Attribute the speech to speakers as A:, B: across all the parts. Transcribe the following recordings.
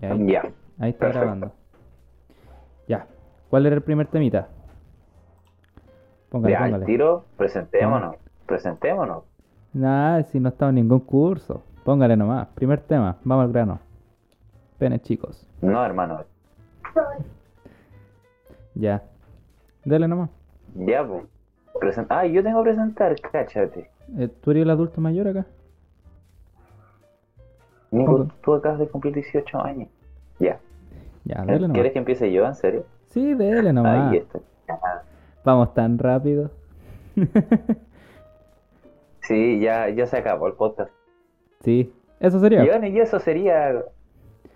A: Y ahí,
B: Ya,
A: ahí está
B: perfecto.
A: grabando. Ya. ¿Cuál era el primer temita? Póngale,
B: Ya, al
A: póngale.
B: tiro, presentémonos. Presentémonos.
A: Nah, si no estaba en ningún curso. Póngale nomás. Primer tema, vamos al grano. Pene, chicos.
B: No, hermano.
A: Ya. Dale nomás.
B: Ya, pues. Presen- ah, yo tengo que presentar, cáchate.
A: Eh, ¿Tú eres el adulto mayor acá?
B: Nico,
A: Ok.
B: tú acabas de cumplir 18 años. Ya.
A: Ya, dale nomás.
B: ¿Quieres que empiece yo, en serio?
A: Sí, dale nomás.
B: Ahí está.
A: Vamos tan rápido.
B: Sí, ya, ya se acabó el podcast.
A: Sí, eso sería.
B: Y bueno, y eso sería.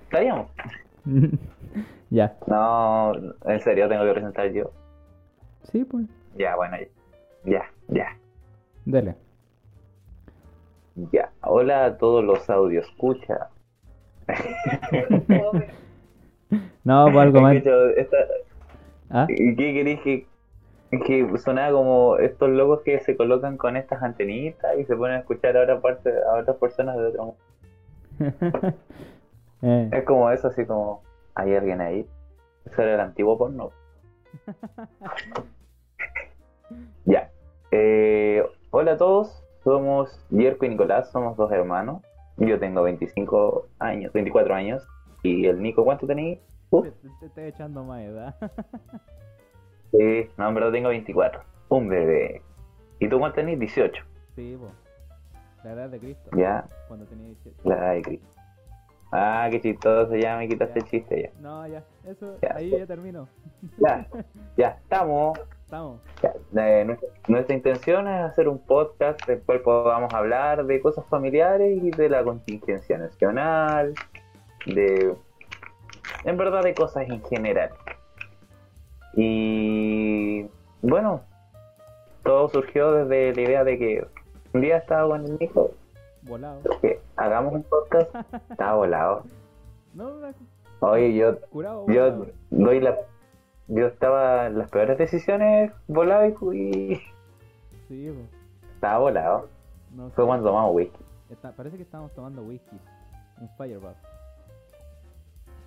B: ¿Estaríamos?
A: ya.
B: No, en serio, tengo que presentar yo.
A: Sí, pues.
B: Ya, bueno, ya. Ya, ya,
A: Dale.
B: ya. Hola a todos los audio escucha.
A: No, pues algo más. Ah,
B: ¿Qué querés que, que sonaba como estos locos que se colocan con estas antenitas y se ponen a escuchar a, otra parte, a otras personas de otro mundo?
A: eh,
B: Es como eso, así como, ¿hay alguien ahí? Eso era el antiguo porno. ya. Eh, hola a todos, somos Yerko y Nicolás, somos dos hermanos. Yo tengo 25 años, 24 años. Y el Nico, ¿cuánto tenéis?
A: te, te estoy echando más edad.
B: Sí, Eh, no, en verdad tengo 24. Un bebé. ¿Y tú cuánto tenés? 18.
A: sí, pues. La edad de Cristo.
B: Ya,
A: Cuando tenía 18.
B: la edad de Cristo. Ah, qué chistoso, ya me quitaste el chiste
A: No, ya. Eso,
B: Ya.
A: ahí ya termino.
B: ya. Ya, ya estamos.
A: Estamos.
B: Ya, eh, nuestra, nuestra intención es hacer un podcast del cual podamos hablar de cosas familiares y de la contingencia nacional, de... En verdad de cosas en general. Y bueno, todo surgió desde la idea de que un día estaba con el hijo,
A: Volado.
B: que hagamos un podcast, estaba volado.
A: No, no,
B: Oye, yo,
A: curado.
B: yo
A: volado.
B: doy la... Yo estaba en las peores decisiones, volado y- y
A: Sí, pues.
B: estaba volado.
A: No sé.
B: Fue cuando tomamos whisky.
A: Está- parece que estáball tomando whisky. Un fireball.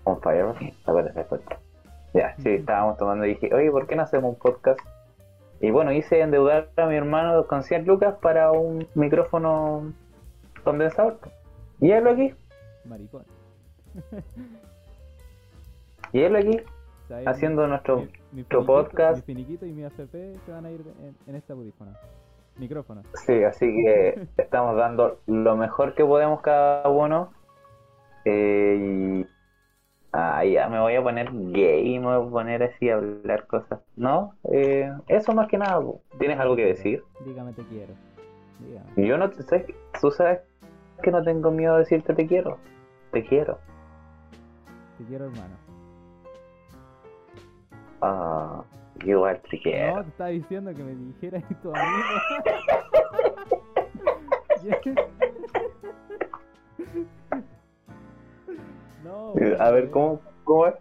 B: On fire. ¿Te acuerdas de podcast? Ya, sí, estábamos tomando y dije, oye, ¿por qué no hacemos un podcast? Y bueno, hice endeudar a mi hermano con 100 lucas para un micrófono condensador. Y él aquí,
A: Maricón.
B: y él aquí,
A: ¿Sabes?
B: haciendo nuestro...
A: Mi- mi
B: nuestro
A: finiquito-
B: podcast.
A: Mi finiquito y mi AFP se van a ir en, en esta budífona. Micrófono.
B: Sí, así que estamos dando lo mejor que podemos cada uno. Eh, y... Ah, ya, me voy a poner gay, me voy a poner así a hablar cosas. ¿No? Eh, eso más que nada. po. ¿Tienes algo que decir?
A: Dígame te quiero. Dígame.
B: Yo no te sé, tú sabes que no tengo miedo de decirte te quiero. Te quiero.
A: Te quiero, hermano.
B: Ah, igual te
A: No,
B: quiero.
A: te estaba diciendo que me dijeras y tu amigo. no.
B: A ver, ¿cómo, cómo es?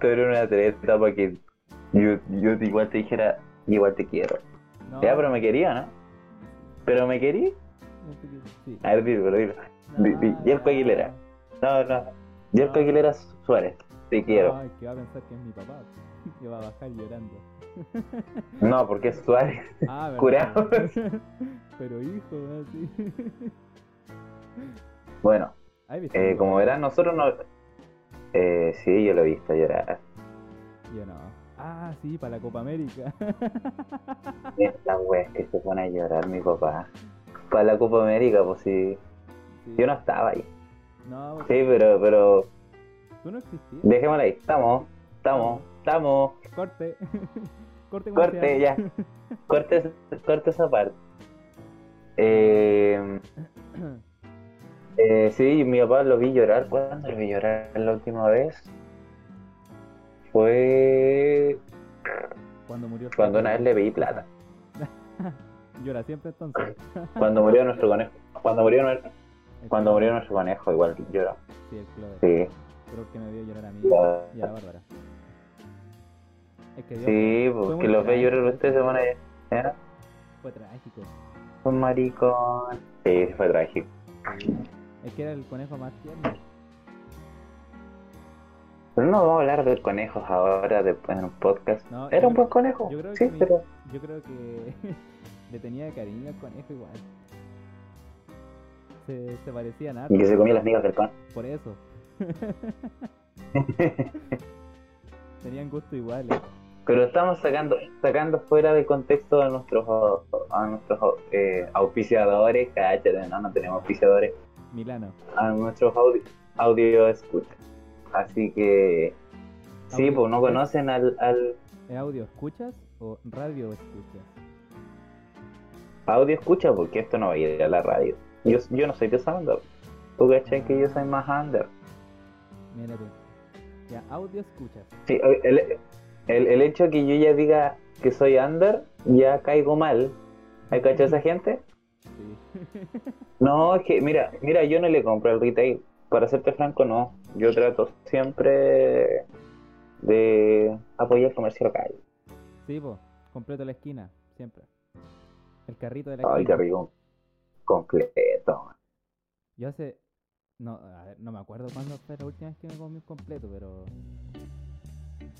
B: Tú eres una treta para que yo, yo igual te dijera, igual te quiero.
A: No,
B: Ya, pero me quería, ¿no? ¿Pero me quería?
A: no te quiero. Sí.
B: A ver, dilo, dilo. Ah, Di- di-
A: No,
B: Yerko Aguilera. No, no. Yerko
A: No.
B: Aguilera Suárez, te quiero.
A: Ay, que va a pensar que es mi papá. Que va a bajar llorando.
B: No, porque es Suárez.
A: Ah, verdad.
B: Curado.
A: Pero hijo, así.
B: Bueno,
A: Ay, viste,
B: eh,
A: mi
B: como
A: papá.
B: verán, nosotros no... Eh, sí, yo lo he visto llorar.
A: Yo no. Ah, sí, para la Copa América.
B: Esta wea que se pone a llorar mi papá. Para la Copa América, pues sí.
A: Sí.
B: Yo no estaba ahí.
A: No,
B: Sí, pero, pero.
A: tú no existías.
B: Dejémosla ahí. Estamos, estamos, estamos.
A: Corte. Corte comercial.
B: Corte ya. Corte, corte esa parte. Eh, eh, sí, mi papá lo vi llorar. ¿Cuándo lo vi llorar la última vez? Fue
A: Cuando murió.
B: cuando una vez le pedí plata.
A: Llora siempre entonces.
B: Cuando murió nuestro conejo. Cuando murió, nue- cuando murió nuestro conejo, igual lloró.
A: Sí, el Clover.
B: Sí.
A: Creo que me vio llorar a mí.
B: Ya.
A: Y a la Bárbara. Es que Dios
B: Sí,
A: Fue
B: porque
A: muy
B: los ve
A: trágico.
B: llorar ustedes se van a ¿eh?
A: fue trágico.
B: Un maricón. Sí, fue trágico.
A: Es que era el conejo más tierno.
B: Pero no vamos a hablar de conejos ahora, después en un podcast.
A: No,
B: Era
A: yo
B: un
A: creo-
B: buen conejo.
A: Yo creo que,
B: Sí,
A: mi-
B: pero.
A: yo creo que le tenía cariño al conejo igual. Se, se parecían
B: Y
A: harto,
B: que se comía las migas del pan.
A: por eso. Tenían gusto igual. ¿eh?
B: Pero estamos sacando sacando fuera de contexto a nuestros a nuestros eh, auspiciadores, cállate, no, no tenemos auspiciadores,
A: Milano.
B: a nuestros audio, audio escucha. Así que sí,
A: Audio-
B: pues no conocen al, al
A: ¿Es audio escuchas o radio escuchas?
B: audio escucha porque esto no va a ir a la radio. Yo, yo no soy de esa onda. Tú cachai que yo soy más under.
A: Mira tú. Ya, audio escuchas.
B: Sí, el, el, el hecho de que yo ya diga que soy under, ya caigo mal. ¿Hay cachado esa gente?
A: Sí.
B: No, es que, mira, mira, yo no le compro al retail. Para serte franco, no. Yo trato siempre de apoyar el comercio local.
A: Sí, po. Completo la esquina, siempre. El carrito de la
B: Ay, qué
A: esquina.
B: rico. Completo.
A: Yo hace. No, a ver, no me acuerdo cuándo fue la última vez que me comí un completo, pero.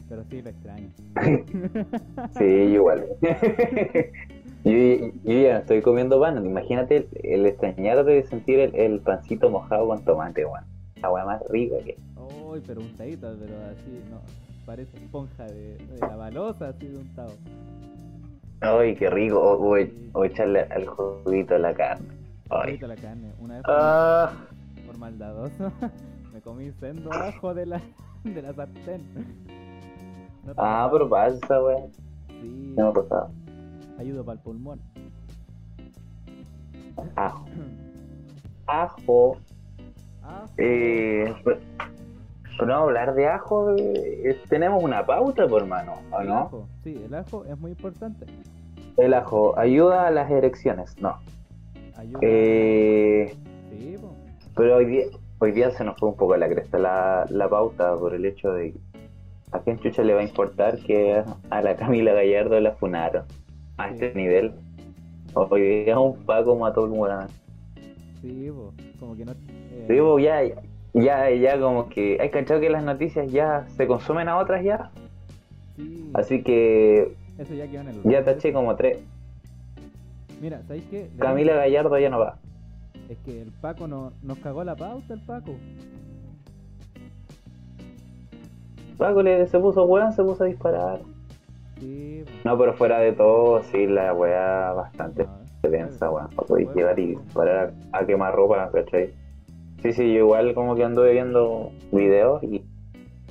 A: Pero sí, lo extraño.
B: Sí, igual. yo, yo ya no estoy comiendo pan. Imagínate el, el extrañarte de sentir el, el pancito mojado con tomate, weón. La weá más rica que.
A: Uy, pero untadito, pero así, no. Parece esponja de, de la balosa, así de untado.
B: Ay, qué rico. O, o e- o echarle al juguito la carne. Ay.
A: Frito la carne. Una vez
B: Ah.
A: por, por maldadoso, me comí sendo ajo de la, de la sartén. No te-
B: Ah, pero pasa, weón.
A: Sí,
B: No me pasaba.
A: ayudo para el pulmón.
B: Ajo. Ajo.
A: Ah,
B: Eh, pero pero no hablar de ajo. eh, eh, tenemos una pauta, por hermano, ¿o
A: el
B: no?
A: ajo. Sí, el ajo es muy importante.
B: El ajo ayuda a las erecciones, no.
A: Ayuda.
B: Eh,
A: Sí, po.
B: pero hoy día, hoy día se nos fue un poco a la cresta la, la pauta por el hecho de a quién chucha le va a importar que a la Camila Gallardo la funaron a
A: Sí.
B: este nivel. Hoy día un Paco mató un weón.
A: Sí, po. como que no. eh,
B: Digo, ya, ya, ya como que hay cachado que las noticias ya se consumen a otras ya.
A: sí,
B: Así que
A: Eso ya quedó en el.
B: ya taché como tres.
A: Mira, ¿sabéis qué? De
B: Camila Gallardo ya no va.
A: repente Es que el Paco no, nos cagó la pauta, el Paco.
B: Paco le- se puso weón, se puso a disparar.
A: Sí, po.
B: No, pero fuera de todo, sí, la weá bastante
A: No, eh.
B: densa, weón. O podéis llegar y disparar a, a quemar ropa, ¿cachai? Sí, sí, yo igual como que anduve viendo videos y,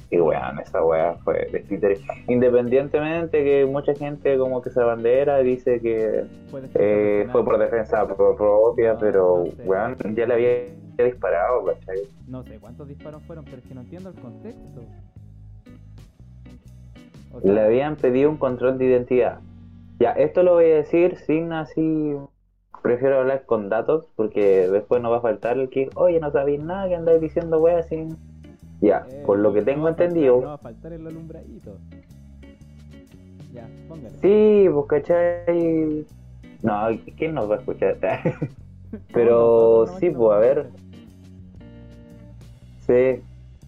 B: y weón, esa weá fue de títeres. Independientemente que mucha gente como que se bandera dice que
A: Fue defensa
B: Eh,
A: personal.
B: fue por defensa pro- propia,
A: No,
B: pero
A: no sé.
B: weón, ya le había disparado, ¿cachai?
A: No sé cuántos disparos fueron, pero es que no entiendo el contexto. O sea,
B: Le habían pedido un control de identidad. Ya, esto lo voy a decir sin así. Prefiero hablar con datos porque después no va a faltar el que, oye, no sabéis nada que andáis diciendo weón sin. Ya,
A: eh,
B: por lo que
A: no
B: tengo
A: va a faltar-
B: entendido,
A: No va a faltar el alumbradito. Ya, póngale.
B: sí, pues cachai. No, ¿quién nos va a escuchar?
A: No,
B: pero
A: nosotros nomás
B: sí,
A: que
B: pues a
A: nos
B: ver.
A: escuchen.
B: Sí.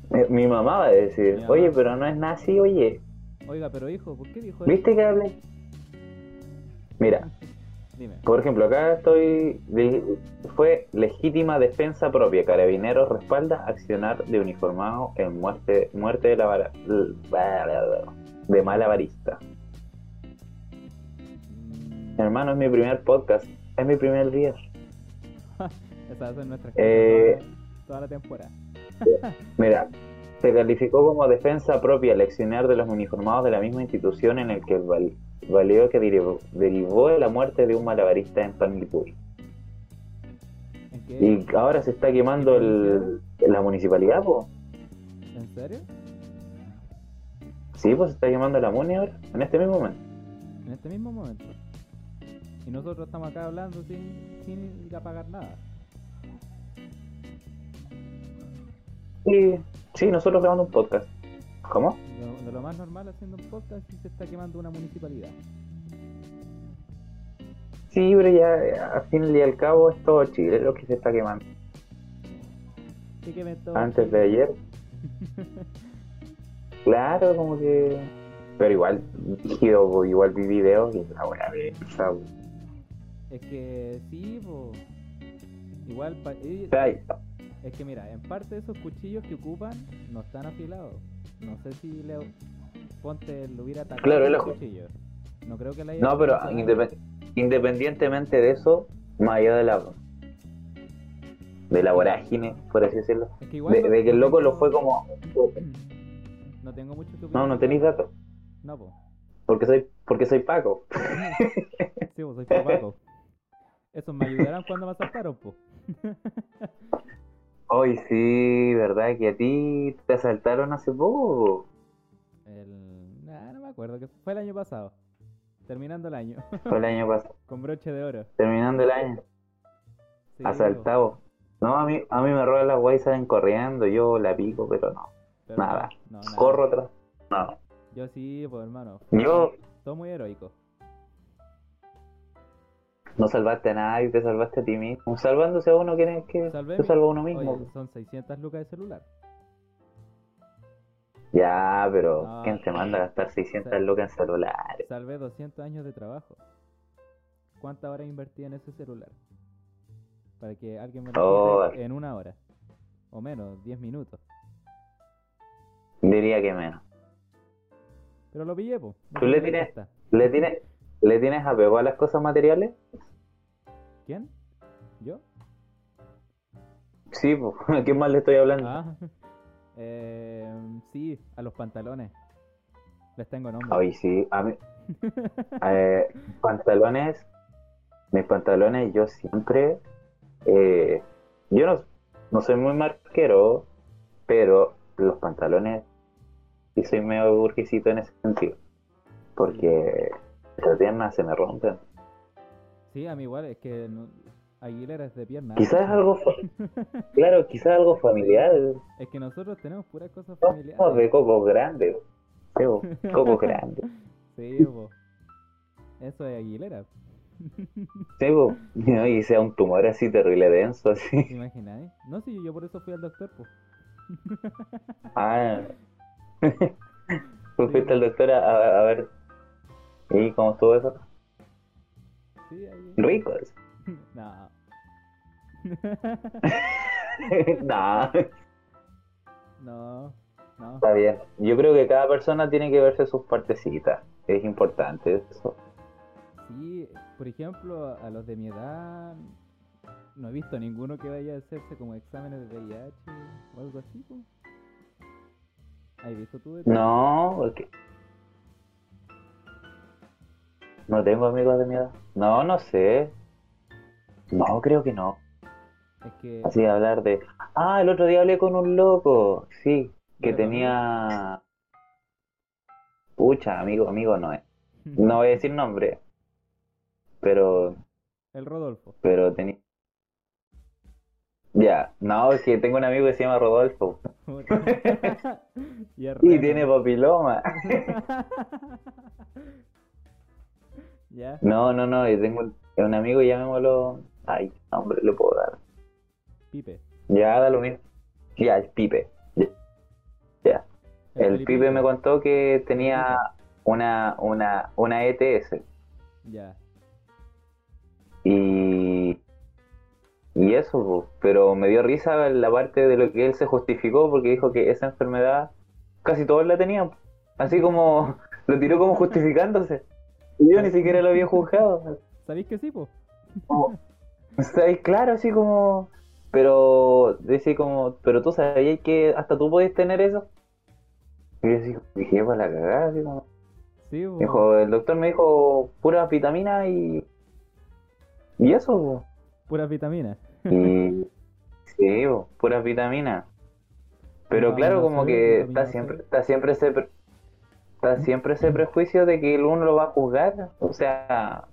B: Mi- Mi mamá va a decir,
A: Mi mamá.
B: oye, pero no es nazi, oye.
A: Oiga, pero hijo, ¿por qué dijo eso?
B: ¿Viste que hablé? Mira,
A: Dime.
B: por ejemplo, acá estoy. di- Fue legítima defensa propia. Carabineros respalda accionar de uniformado en muerte, muerte de la vara- de malabarista.
A: Mm,
B: Hermano, es mi primer podcast. Es mi primer día.
A: Esas son nuestras
B: Eh,
A: cosas toda, toda la temporada.
B: Mira, se calificó como defensa propia el accionar de los uniformados de la misma institución en el que el val- valió que derivó, derivó de la muerte de un malabarista en Panguipulli.
A: ¿En qué?
B: Y ahora se está quemando el- la municipalidad, po.
A: ¿En serio?
B: Sí, pues se está quemando la muni ahora, en este mismo momento.
A: En este mismo momento. Y nosotros estamos acá hablando sin, sin ir a pagar nada.
B: Sí, sí, nosotros grabando un podcast. ¿Cómo?
A: Lo- De lo, más normal haciendo un podcast y se está quemando una municipalidad.
B: Sí, pero ya eh, al fin y al cabo es todo Chile lo que se está quemando.
A: Así que me to-
B: Antes de ayer, Claro, como que. Pero igual, rígido, po, igual vi videos y la buena vergüenza, po.
A: Es que sí, po. Igual, pa- y-
B: O sea, y-
A: es que mira, en parte esos cuchillos que ocupan no están afilados. No sé si Leo Ponte lo hubiera atacado
B: Claro,
A: con
B: el
A: el
B: ojo.
A: cuchillo. No creo que le haya
B: No, pero
A: funcionado.
B: independ- independientemente de eso, más allá de la. de la vorágine, por así decirlo.
A: Es que igual
B: De,
A: no-
B: de que el
A: no
B: loco lo
A: tengo-
B: fue como.
A: No tengo mucho que
B: No,
A: opinar.
B: no tenéis datos.
A: No, po.
B: Porque soy, porque soy Paco.
A: Sí, pues soy papaco. Esos me ayudaron cuando me asaltaron, po.
B: Hoy sí, ¿verdad? Que a ti te asaltaron hace poco.
A: El... Nah, no me acuerdo, que fue el año pasado. Terminando el año,
B: Fue el año pasado,
A: con broche de oro.
B: terminando el año.
A: Sí,
B: Asaltado. No, a mí, a mí me roban las guays, salen corriendo. Yo la pico, pero no.
A: pero
B: Nada.
A: no, nada.
B: Corro atrás. No.
A: Yo sí, pues hermano.
B: Yo
A: Todo muy heroico.
B: no salvaste a nadie, te salvaste a ti mismo. Salvándose a uno, ¿quién es que
A: Salvé
B: se
A: mi-
B: salva a uno mismo?
A: Oye, son 600 lucas de celular.
B: Ya, pero
A: No.
B: ¿quién te manda a gastar 600 lucas en celulares?
A: Salvé 200 años de trabajo. ¿Cuántas horas invertí en ese celular? Para que alguien me lo
B: Oh.
A: quite en una hora. O menos, 10 minutos.
B: Diría que menos.
A: Pero lo pillé, po.
B: Tú le tienes- ¿Le tienes, ¿Le tienes apego a las cosas materiales?
A: ¿Quién? ¿Yo?
B: Sí, po. ¿a quién más le estoy hablando?
A: Ah, em, sí, a los pantalones. Les tengo nombre.
B: Ay, sí, a mí. eh, pantalones. Mis pantalones, yo siempre. eh, yo no, no soy muy marquero, pero los pantalones. Sí, soy medio burguesito en ese sentido. Porque las piernas se me rompen.
A: Sí, a mí igual, es que no- Aguilera es de pierna.
B: Quizás algo. fa- Claro, quizás algo familiar.
A: Es que nosotros tenemos puras cosas
B: Oh, Somos
A: familiares.
B: de cocos grandes. sí, po, Cocos grandes.
A: Sí, po. Eso es Aguilera.
B: Sí, po. No, y sea un tumor así terrible denso, así.
A: ¿Te imagináis? ¿eh? No, sí, yo por eso fui al doctor, po.
B: Ah. Tú fuiste al doctor a, a- a ver. ¿Y cómo estuvo eso?
A: Sí, ahí.
B: Rico. eso.
A: No.
B: no,
A: No. No.
B: está bien. Yo creo que cada persona tiene que verse sus partecitas. Es importante eso.
A: Sí, por ejemplo, a los de mi edad no he visto ninguno que vaya a hacerse como exámenes de VIH o algo así. po. ¿Has visto tú? de-
B: No, porque. No tengo amigos de mi edad. No, no sé. No, creo que no.
A: Es que
B: Así hablar de. Ah, el otro día hablé con un loco. Sí,
A: Pero
B: que
A: no.
B: tenía. Pucha, amigo, amigo no es. No voy a decir nombre. Pero,
A: el Rodolfo.
B: pero tenía. Ya, no, es que tengo un amigo que se llama Rodolfo.
A: y es
B: Y
A: reno.
B: tiene papiloma.
A: ya,
B: No, no, no, yo tengo un- un amigo, llamémoslo. Ay, hombre, lo puedo dar.
A: Pipe.
B: Ya, da lo mismo. Ya, el pipe. Ya. El pipe me contó que tenía una, una, una E ETS.
A: Ya.
B: Y, y eso, po. pero me dio risa la parte de lo que él se justificó porque dijo que esa enfermedad casi todos la tenían. po. Así como lo tiró como justificándose. Y yo ni siquiera lo había juzgado.
A: ¿Sabéis que sí, po?
B: Como- o sea, y claro, así como... Pero, dice como, pero tú sabías que hasta tú podías tener eso. Y yo así, dije, para la cagada, así como...
A: Sí, po.
B: Dijo, el doctor me dijo puras vitaminas y... Y eso, po.
A: Puras vitaminas.
B: Y sí, bo, puras vitaminas. Pero
A: No,
B: claro,
A: no
B: como
A: sé,
B: que
A: vitamina
B: está
A: C.
B: siempre, está siempre ese pre- está siempre ese prejuicio de que el uno lo va a juzgar. O sea,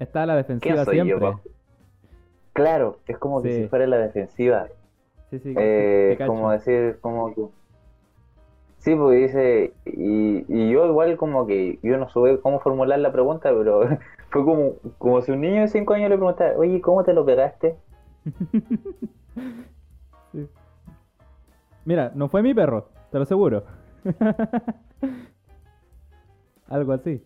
A: Está a la defensiva
B: ¿Quién soy yo,
A: siempre.
B: pa? claro, es como que
A: Sí.
B: si fuera la defensiva.
A: sí, sí,
B: Eh,
A: te cacho.
B: como decir, como que sí, porque dice, y, y yo igual como que yo no supe cómo formular la pregunta, pero fue como, como si un niño de 5 años le preguntara, oye, ¿cómo te lo pegaste?
A: Mira, no fue mi perro, te lo aseguro. Algo así.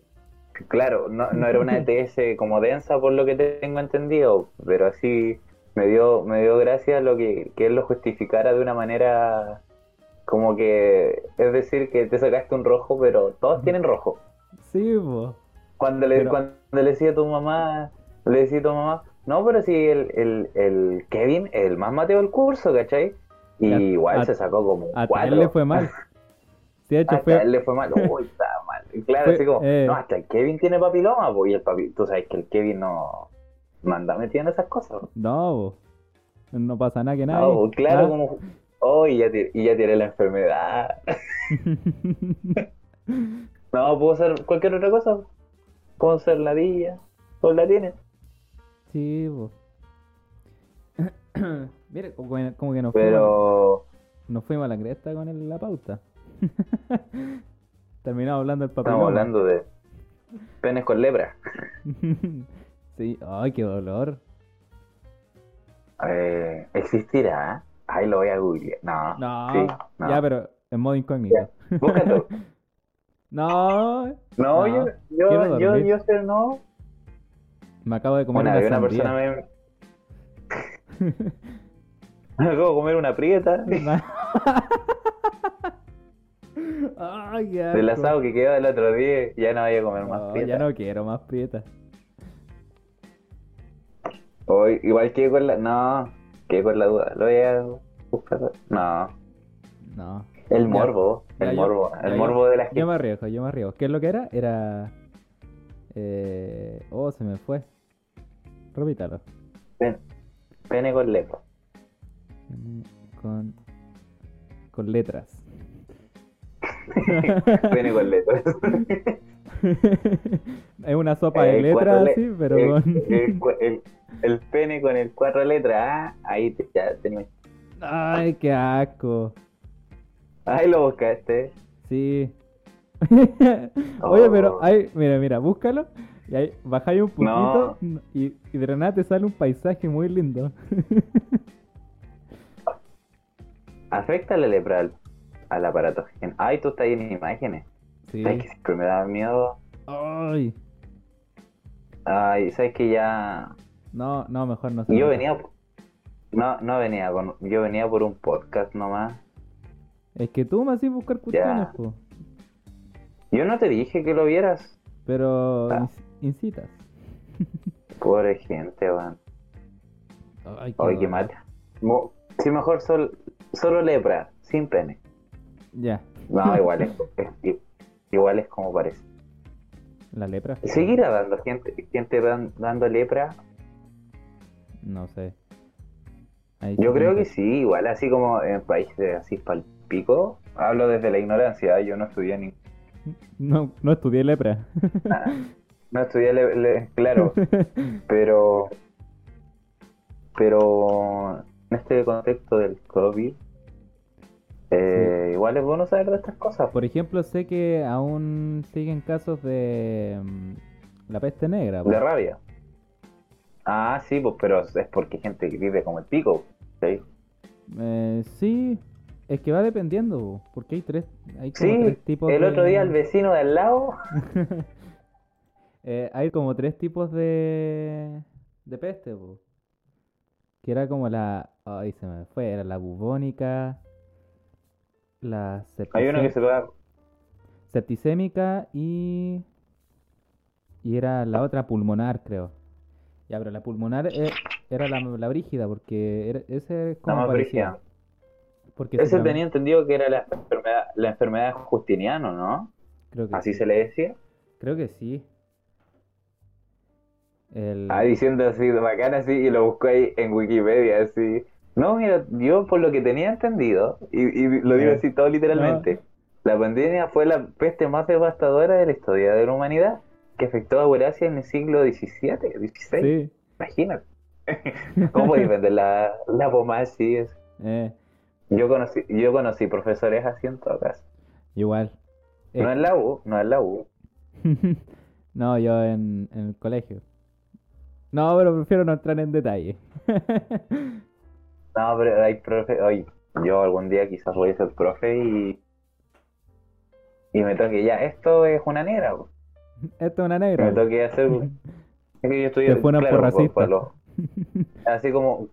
B: Claro, no, no era una ETS como densa por lo que tengo entendido, pero así me dio, me dio gracia lo que, que él lo justificara de una manera como que, es decir, que te sacaste un rojo, pero todos tienen rojo.
A: Sí, po.
B: Cuando le,
A: Pero-
B: cuando le decía a tu mamá, le decía a tu mamá, no, pero si el, el, el Kevin es el más mateo del curso, ¿cachai? Y
A: Y a-
B: igual
A: a-
B: se sacó como un
A: A
B: cuatro.
A: él le fue mal. Sí, de hecho,
B: Hasta
A: fue,
B: él le Ah, fue mal. Uy, está mal. Y Claro,
A: Fue-
B: así como,
A: eh.
B: no, hasta el Kevin tiene papiloma, pues, y el papi, tú sabes que el Kevin no, no anda metido en esas cosas. po.
A: No, bo. no pasa nada que nada.
B: No,
A: ahí.
B: pues, claro,
A: Ah.
B: como, oh, y ya, ti- y ya tiene la enfermedad. No, puedo ser cualquier otra cosa. Puedo ser ladilla, o la tiene.
A: sí, bo. Mira, como, que- como que nos fuimos,
B: Pero,
A: nos fuimos a la cresta con el- la pauta. Terminamos hablando del papel.
B: estamos hablando de penes con lepra.
A: sí, ay, qué dolor.
B: Eh, ¿Existirá? Ahí lo voy a googlear. No,
A: No,
B: sí, no.
A: ya, pero en modo incógnito.
B: Búscalo.
A: No,
B: No,
A: No,
B: yo, yo,
A: quiero
B: yo,
A: dormir.
B: yo sé, no.
A: me acabo de comer
B: Una
A: una,
B: vez una
A: sandía.
B: persona me... me acabo de comer una prieta
A: Ay, qué
B: del
A: asco.
B: asado que quedó del otro día. Ya no voy a comer más
A: No,
B: prieta.
A: ya no quiero más prieta.
B: Hoy, igual quedé con la... No, quedé con la duda. Lo voy a buscar. No.
A: No.
B: El
A: Ya.
B: morbo,
A: Ya,
B: el
A: yo-
B: morbo,
A: ya,
B: el
A: yo-
B: morbo de la
A: Yo
B: gente.
A: me arriesgo, yo me arriesgo. ¿Qué es lo que era? Era. Eh... Oh, se me fue. Repítalo.
B: Pen- Pene con lepra.
A: Con. Con letras.
B: Pene con lepra.
A: es una sopa de
B: Eh, cuatro
A: letras,
B: le-
A: sí, pero
B: el,
A: con.
B: el cu- el- el pene con el cuatro letras. Ah, ahí te, ya tenía.
A: Ay, qué asco.
B: Ahí lo buscaste.
A: Sí. Oye, pero
B: Oh.
A: ahí, mira, mira, búscalo. Y ahí bajáis un poquito y, y de la nada te sale un paisaje muy lindo.
B: ¿Afecta la lepra al, al aparato? gen- Ay, tú estás ahí en imágenes.
A: Sí.
B: ¿Sabes que siempre me daba miedo?
A: Ay.
B: Ay, ¿sabes que ya.
A: No, no, mejor no se
B: Yo
A: nota.
B: venía. No, no venía con. Yo venía por un podcast nomás.
A: Es que tú me hacías buscar cuestiones, po.
B: Yo no te dije que lo vieras.
A: Pero
B: Ah.
A: inc- incitas.
B: Pobre gente, van.
A: Ay, qué
B: Oye, qué
A: dolor.
B: mal. Mo- Sí, mejor sol- solo lepra, sin pene.
A: Ya,
B: No, igual es, es- igual es como parece.
A: la lepra.
B: ¿Seguirá dando gente, gente dan- dando lepra?
A: No sé. Ahí
B: Yo
A: sí
B: creo
A: nunca-
B: que sí, igual así como en países así palpico. Hablo desde la ignorancia, ¿eh? yo no estudié ni...
A: No, no estudié lepra.
B: No estudié, le- le- claro, pero... Pero en este contexto del COVID, eh, igual es bueno saber de estas cosas.
A: Por ejemplo, sé que aún siguen casos de mm, la peste negra. po.
B: De rabia. Ah, sí, pues, pero es porque hay gente que vive como el pico. ¿sí?
A: Eh, sí, es que va dependiendo, po, porque hay tres, hay como
B: Sí,
A: tres tipos
B: el
A: de-
B: otro día el vecino de al lado.
A: Eh, hay como tres tipos de, de peste, po. que era como la, ay se me fue, era la bubónica, la
B: Hay uno que
A: septicé-
B: se va.
A: septicémica y y era la otra pulmonar, creo. Ya, pero la pulmonar eh, era la, la brígida, porque era- ese es
B: La
A: como
B: más
A: parecía.
B: brígida.
A: Porque se
B: Ese
A: llama-
B: tenía entendido que era la enfermedad, la enfermedad de Justiniano, ¿no?
A: creo que
B: Así
A: sí.
B: se le decía.
A: Creo que sí. El...
B: Ah, diciendo así, bacana así, y lo buscó ahí en Wikipedia, así. No, mira, yo por lo que tenía entendido, y, y lo digo
A: Eh.
B: así todo literalmente, la pandemia fue la peste más devastadora de la historia de la humanidad, que afectó a Eurasia en el siglo XVII, XVI.
A: Sí.
B: Imagínate. ¿Cómo podéis vender la, la pomada así? Es-
A: eh,
B: Yo conocí, yo conocí profesores así en todo caso.
A: igual. Eh,
B: No en la U, no en la U.
A: no, yo en, en el colegio. No, pero prefiero no entrar en detalle.
B: No, pero hay profe, oye, yo algún día quizás voy a ser profe y y me toque ya, esto es una negra, po.
A: Esto es una
B: que me
A: negra.
B: toque hacer. Es que yo estoy
A: Te funan por racista.
B: lo- Así como.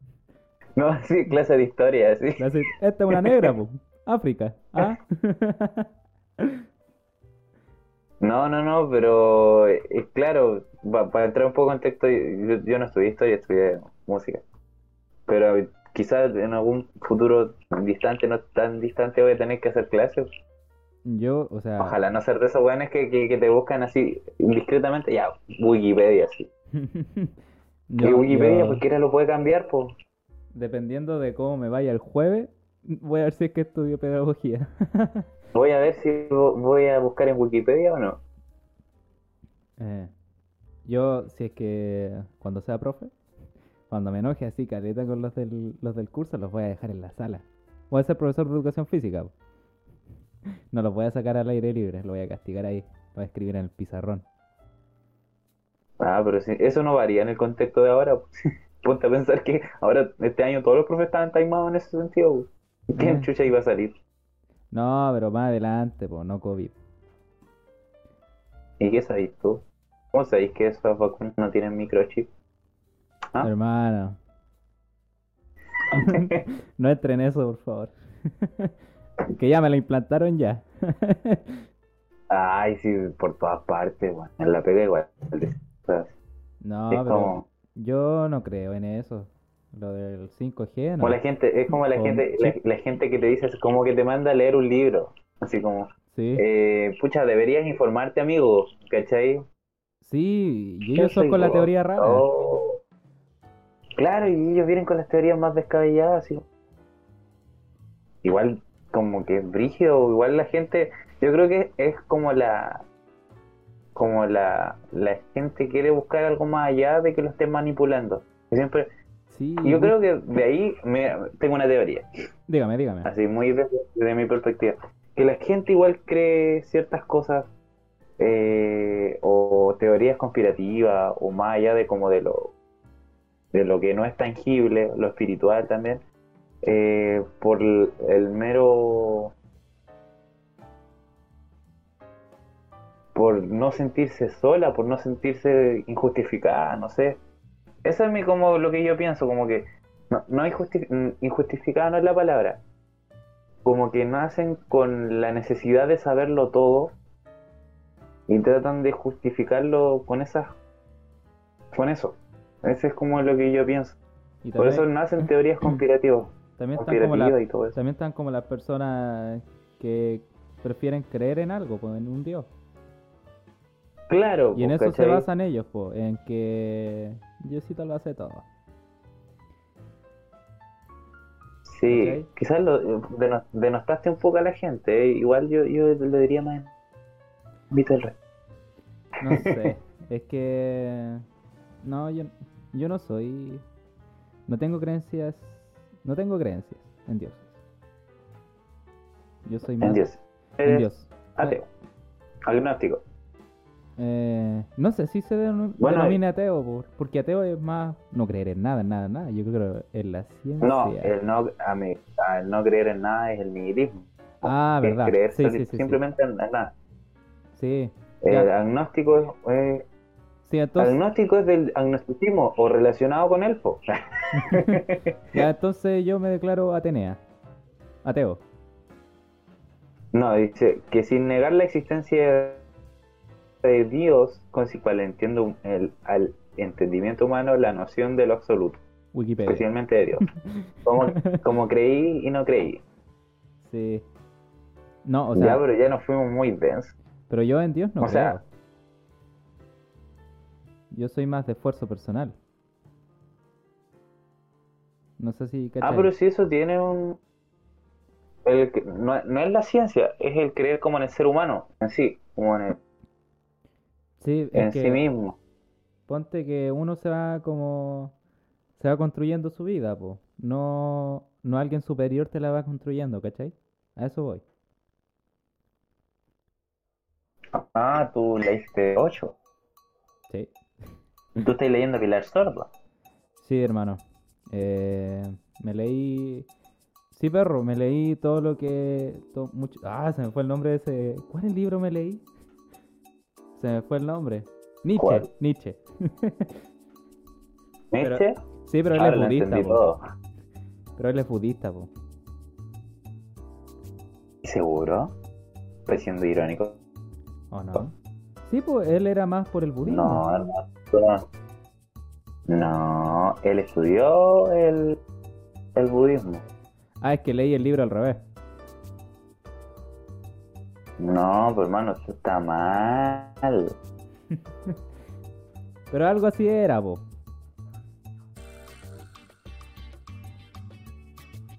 B: No, así, clase de historia, así.
A: Le hace, Esta es una negra, po. África. ¿Ah?
B: No, no, no, pero. eh, claro, pa- para entrar un poco en contexto, yo, yo no estudié historia, estudié música. Pero quizás en algún futuro distante, no tan distante, voy a tener que hacer clases.
A: Yo, o sea.
B: Ojalá no ser de esos weones que, que, que te buscan así, indiscretamente, ya, Wikipedia, sí.
A: yo-
B: y Wikipedia,
A: yo-
B: cualquiera lo puede cambiar, pues.
A: Dependiendo de cómo me vaya el jueves, voy a ver si es que estudio pedagogía.
B: Voy a ver si vo- voy a buscar en Wikipedia o no.
A: Eh, yo, si es que cuando sea profe, cuando me enoje así, caleta con los del, los del curso, los voy a dejar en la sala. Voy a ser profesor de educación física. po. No los voy a sacar al aire libre, lo voy a castigar ahí. Lo voy a escribir en el pizarrón.
B: Ah, pero sí, eso no varía en el contexto de ahora. po. Ponte a pensar que ahora, este año, todos los profes estaban timados en ese sentido. po. ¿Y ¿Quién
A: Ah.
B: chucha iba a salir?
A: No, pero más adelante, pues, no COVID.
B: ¿Y qué sabéis tú? ¿Cómo sabéis que esas vacunas no tienen microchip? ¿Ah?
A: Hermano. no entren eso, por favor. que ya me lo implantaron ya.
B: Ay, sí, por todas partes, bueno, en la pega igual. O sea,
A: No,
B: es
A: Ah, pero
B: como,
A: yo no creo en eso. Lo del 5G, no.
B: como la gente, es como la
A: Con
B: gente, la,
A: chip.
B: la gente que te dice, es como que te manda a leer un libro. Así como,
A: Sí,
B: eh, pucha, deberías informarte, amigo, ¿cachai?
A: sí, y
B: Yo oh,
A: ellos son
B: soy
A: con la
B: gordo.
A: teoría rara.
B: Claro, y ellos vienen con las teorías más descabelladas. así. Igual, como que es brígido, igual la gente. Yo creo que es como la. Como la, la gente quiere buscar algo más allá de que lo estén manipulando. Y Siempre,
A: Sí,
B: yo creo que de ahí me, tengo una teoría,
A: Dígame, dígame.
B: así muy desde, desde mi perspectiva. Que la gente igual cree ciertas cosas eh, o teorías conspirativas o más allá de como de lo de lo que no es tangible, lo espiritual también, eh, por el, el mero por no sentirse sola, por no sentirse injustificada, no sé. Eso es mi, como lo que yo pienso, como que no, no hay justi- mm, injustificada no es la palabra. Como que nacen con la necesidad de saberlo todo y tratan de justificarlo con esas con eso. Ese es como lo que yo pienso.
A: Y
B: Por eso
A: también,
B: nacen teorías conspirativas,
A: también están como
B: conspirativas
A: la-
B: y todo eso.
A: también están como las personas que prefieren creer en algo, pues, en un dios.
B: Claro,
A: Y en
B: pues,
A: eso se
B: ¿cachai?
A: basan ellos, po, en que Diosito lo hace todo.
B: Sí,
A: ¿cachai?
B: quizás lo, deno- denostaste un poco a la gente, eh. igual yo, yo le diría más en ámbito del resto.
A: No sé, es que... No, yo, yo no soy... No tengo creencias... No tengo creencias en dioses. Yo soy más...
B: En Dios.
A: En
B: Eres
A: Dios.
B: Ateo. Agnóstico.
A: Eh, no sé si se denom-
B: Bueno, eh,
A: denomina ateo, por- porque ateo es más no creer en nada, en nada, en nada. Yo creo en la ciencia.
B: No, el no, a mí- al no creer en nada es el nihilismo.
A: ah,
B: Es
A: verdad.
B: creer
A: Sí,
B: soli-
A: sí, sí, sí.
B: simplemente en nada.
A: Sí. Ya.
B: El agnóstico es, es-
A: Sí, entonces,
B: agnóstico es del agnosticismo o relacionado con el po.
A: ya, entonces yo me declaro Atenea. Ateo.
B: No, dice que sin negar la existencia de Dios, con si cual entiendo un- el, al entendimiento humano la noción de lo absoluto,
A: Wikipedia.
B: especialmente de Dios. Como, como creí y no creí.
A: Sí. No, o
B: ya,
A: sea,
B: pero ya nos fuimos muy densos.
A: pero yo en Dios no
B: o
A: creo.
B: sea-
A: Yo soy más de esfuerzo personal. No sé si
B: Ah,
A: cachai.
B: pero si eso tiene un... el que- no, no es la ciencia, es el creer como en el ser humano, en sí, como en, el-
A: Sí, es
B: en
A: que-
B: sí mismo.
A: Ponte que uno se va como... Se va construyendo su vida, po. No, no alguien superior te la va construyendo, ¿cachai? A eso voy.
B: Ah, tú leíste 8.
A: Sí.
B: Tú estás leyendo a Pilar Sordo.
A: Sí, hermano. Eh, me leí Sí, perro, me leí todo lo que. to- mucho- Ah, se me fue el nombre de ese. ¿Cuál libro me leí? Se me fue el nombre. Nietzsche,
B: ¿Cuál?
A: Nietzsche. Pero-
B: ¿Nietzsche?
A: Sí, pero él
B: Ahora
A: es
B: lo
A: budista,
B: Ah, entendí
A: po.
B: todo.
A: Pero él es budista, po.
B: ¿Seguro? ¿Estoy siendo irónico?
A: ¿O no? Sí, pues él era más por el budismo.
B: ¿Ah? No, eh. hermano. No, él estudió el, el budismo.
A: Ah, es que leí el libro al revés.
B: No, pues hermano, eso está mal.
A: Pero algo así era, po.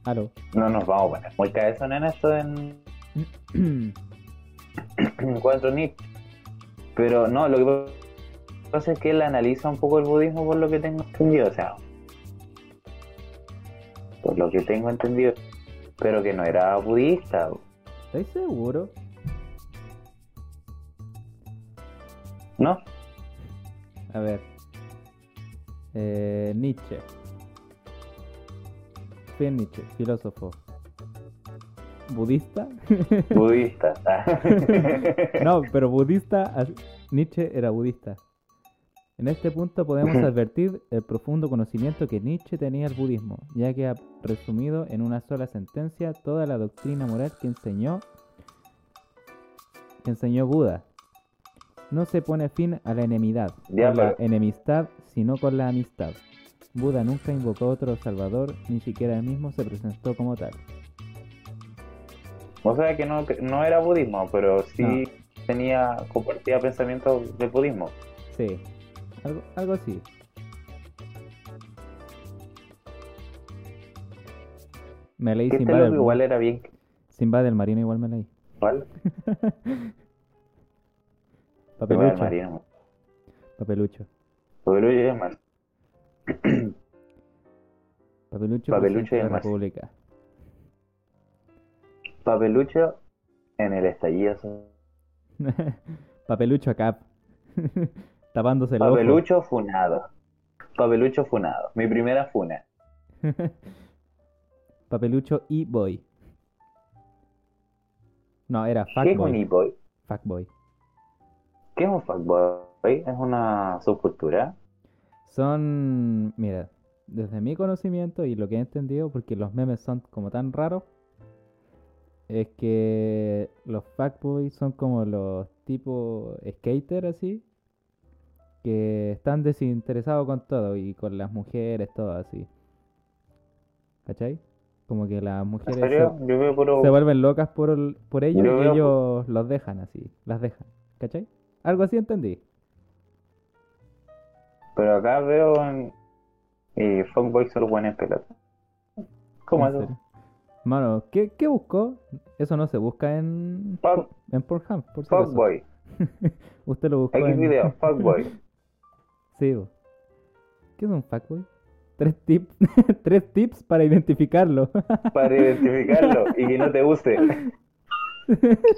A: Aló.
B: No nos vamos a poner muy cabezón en esto en Encuentro Nietzsche. Pero no, lo que pasa es que él analiza un poco el budismo por lo que tengo entendido, o sea, por lo que tengo entendido, pero que no era budista.
A: ¿Estoy seguro?
B: No,
A: A ver. Eh, Nietzsche. Friedrich Nietzsche, filósofo. ¿Budista?
B: budista.
A: No, pero budista. as- Nietzsche era budista. En este punto podemos advertir el profundo conocimiento que Nietzsche tenía del budismo, ya que ha resumido en una sola sentencia toda la doctrina moral que enseñó que enseñó Buda. No se pone fin a la enemidad,
B: Ya,
A: con la enemistad, sino con la amistad. Buda nunca invocó otro salvador, ni siquiera él mismo se presentó como tal.
B: O sea que no, no era budismo, pero sí tenía, compartía pensamientos de budismo.
A: Sí, algo, algo así. Me leí
B: Que este
A: Simba del,
B: loco igual era bien.
A: Simba del Marino, igual me leí.
B: ¿Cuál? Igual
A: Papelucho,
B: marino.
A: papelucho.
B: Papelucho y el mar-
A: Papelucho,
B: Papelucho
A: presidente
B: y el
A: de la
B: Marci-
A: República.
B: Papelucho en el estallido. social.
A: papelucho acá. Tapándose el ojo.
B: Papelucho funado. Papelucho funado. Mi primera funa.
A: Papelucho y boy. No, era
B: ¿Qué es un
A: fuckboy.
B: e-boy?
A: Fuckboy.
B: ¿Qué es un fuckboy? ¿Es una subcultura?
A: Son, mira, desde mi conocimiento y lo que he entendido, porque los memes son como tan raros, es que los fuckboys son como los tipo skater así, que están desinteresados con todo y con las mujeres, todo así. ¿Cachai? Como que las
B: ¿En
A: mujeres
B: serio?
A: se,
B: Yo veo puro...
A: se vuelven locas por, el- por ellos
B: Yo
A: y
B: veo-
A: ellos los dejan así, las dejan. ¿Cachai? Algo así entendí.
B: Pero acá veo en... Y fuckboy solo buena en pelota. ¿Cómo
A: ¿En
B: eso?
A: serio? Mano, ¿qué, qué buscó? Eso no se busca en,
B: Fuck-
A: en Pornhub, por si acaso.
B: Fuckboy.
A: Usted lo buscó
B: X
A: en...
B: video. Fuckboy.
A: Sí, bo. ¿Qué es un fuckboy? Tres tips, tres tips para identificarlo.
B: Para identificarlo y que no te guste.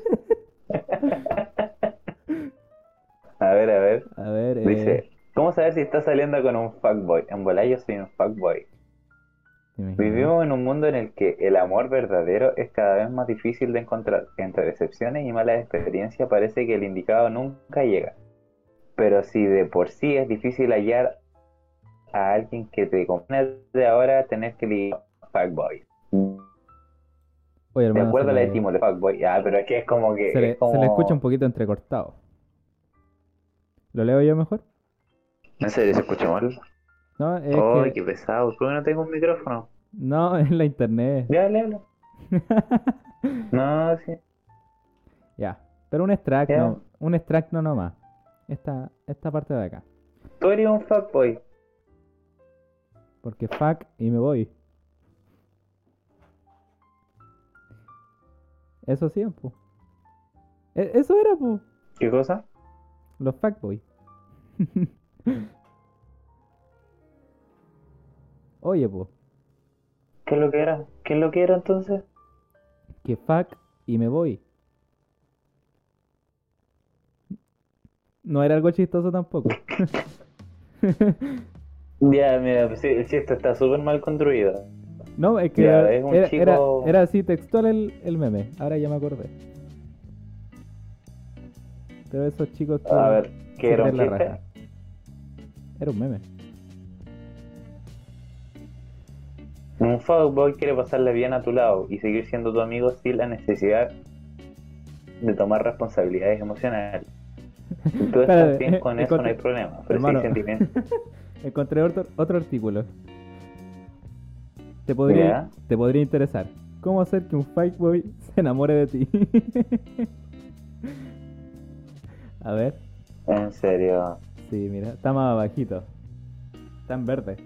B: A ver, a ver.
A: A ver, eh,
B: Dice, ¿cómo saber si estás saliendo con un fuckboy? En volá yo soy un fuckboy.
A: dime.
B: Vivimos en un mundo en el que el amor verdadero es cada vez más difícil de encontrar. Entre decepciones y malas experiencias parece que el indicado nunca llega. Pero si de por sí es difícil hallar a alguien que te comprenda de ahora, tenés que ligar con fuckboy.
A: Oye,
B: De
A: hermano,
B: acuerdo
A: se
B: a la
A: le-
B: etimología de fuckboy. Ah, pero es que es como que...
A: se le,
B: es como-
A: se le escucha un poquito entrecortado. ¿Lo leo yo mejor?
B: ¿En serio se escucha mal?
A: No, es
B: Ay,
A: que-
B: Oh, qué pesado. ¿Por qué no tengo un micrófono?
A: no, es la internet.
B: Ya, le hablo. No, sí.
A: Ya, pero un extract,
B: Ya.
A: no, un extract no nomás. Esta, esta parte de acá.
B: Tú eres un fuckboy.
A: Porque fuck y me voy. Eso sí, po. E- eso era, po.
B: ¿Qué cosa?
A: Los fuckboy. Oye, po.
B: ¿Qué es lo que era? ¿Qué es lo que era entonces?
A: Que fuck y me voy. No era algo chistoso tampoco.
B: Ya, mira, pues sí, el chiste está súper mal construido.
A: No, es que
B: Ya,
A: era,
B: es un
A: era- era-
B: chico-
A: era así textual el, el meme. Ahora ya me acordé. Pero esos chicos que.
B: A ver,
A: se
B: ¿qué era un
A: creen la
B: chiste?
A: raja. Era un meme.
B: Un fuckboy quiere pasarla bien a tu lado y seguir siendo tu amigo sin la necesidad de tomar responsabilidades emocionales. Si tú
A: Espérate,
B: estás bien con
A: eh,
B: eso, no hay
A: encontré-
B: problema. Pero si
A: hermano.
B: hay sentimientos.
A: Encontré otro, otro artículo. Te podría,
B: Ya.
A: te podría interesar. ¿Cómo hacer que un fight boy se enamore de ti? A ver.
B: En serio.
A: Sí, mira. Está más bajito. Está en verde.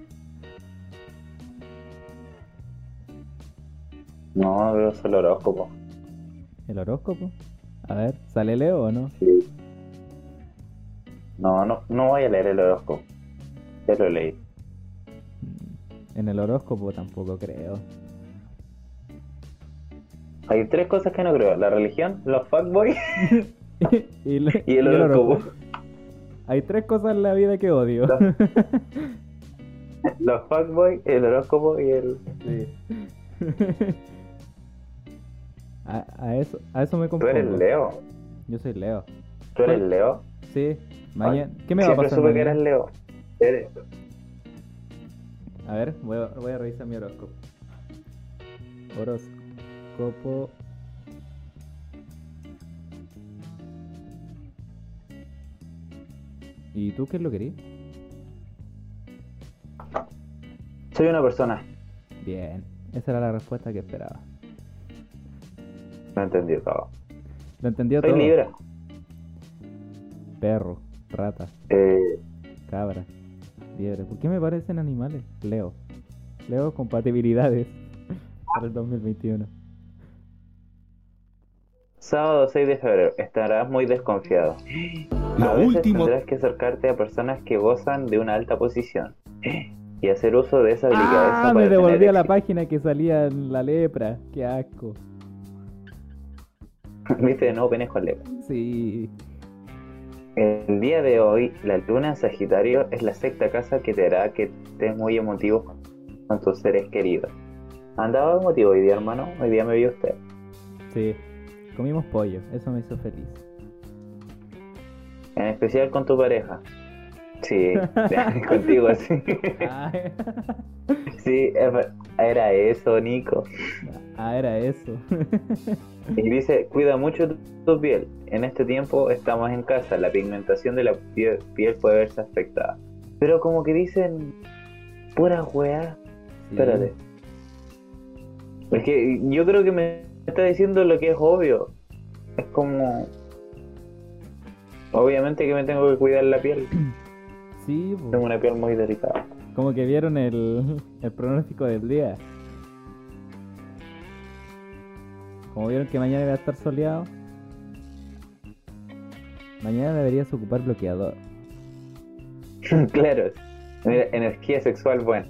B: No, pero es el horóscopo.
A: El horóscopo. A ver, ¿sale Leo o no?
B: Sí. No, no, no voy a leer el horóscopo. Ya lo leí.
A: Mm, En el horóscopo tampoco creo.
B: Hay tres cosas que no creo. La religión, los fuckboys
A: y, lo-
B: y el
A: y
B: horóscopo.
A: Hay tres cosas en la vida que odio.
B: Los fuckboys, el horóscopo y el...
A: a, a eso, a eso me
B: Tú
A: compongo.
B: eres Leo.
A: Yo soy Leo.
B: Tú eres
A: Oye,
B: Leo.
A: Sí. Mañana.
B: Ay,
A: ¿Qué me va a
B: Ah, Siempre
A: pasar?
B: supe que eras
A: mañana?
B: Leo. Eres-
A: A ver, voy a, voy a revisar mi horóscopo. Horóscopo. ¿Y tú qué es lo querías?
B: Soy una persona.
A: Bien, esa era la respuesta que esperaba.
B: No entendí todo.
A: Lo entendió
B: Soy
A: todo.
B: Libra.
A: Perro, rata,
B: Eh,
A: cabra, liebre. ¿Por qué me parecen animales? Leo. Leo compatibilidades para el 2021.
B: sábado 6 de febrero. Estarás muy desconfiado.
C: Lo
B: a veces
C: último,
B: tendrás que acercarte a personas que gozan de una alta posición y hacer uso de esa habilidad.
A: Ah, me devolví a la página que salía en la lepra. Qué asco.
B: Viste, no vienes con Leo.
A: Sí.
B: El día de hoy, la luna en Sagitario es la sexta casa que te hará que estés muy emotivo con tus seres queridos. Andaba emotivo hoy día, hermano. Hoy día me vio usted.
A: Sí. Comimos pollo, eso me hizo feliz.
B: En especial con tu pareja. Sí, contigo, sí.
A: Ah,
B: Sí, es ver- era eso, Nico.
A: ah, era eso.
B: Y dice, cuida mucho tu, tu piel. En este tiempo estamos en casa, la pigmentación de la pie- piel puede verse afectada. Pero como que dicen, pura weá. Espérate.
A: Mm.
B: Es que yo creo que me está diciendo lo que es obvio. Es como... Obviamente que me tengo que cuidar la piel.
A: Sí, pues. po.
B: Tengo una piel muy delicada.
A: como que vieron el, el pronóstico del día. Como vieron que mañana iba a estar soleado, mañana deberías ocupar bloqueador.
B: claro. Mira, energía sexual buena.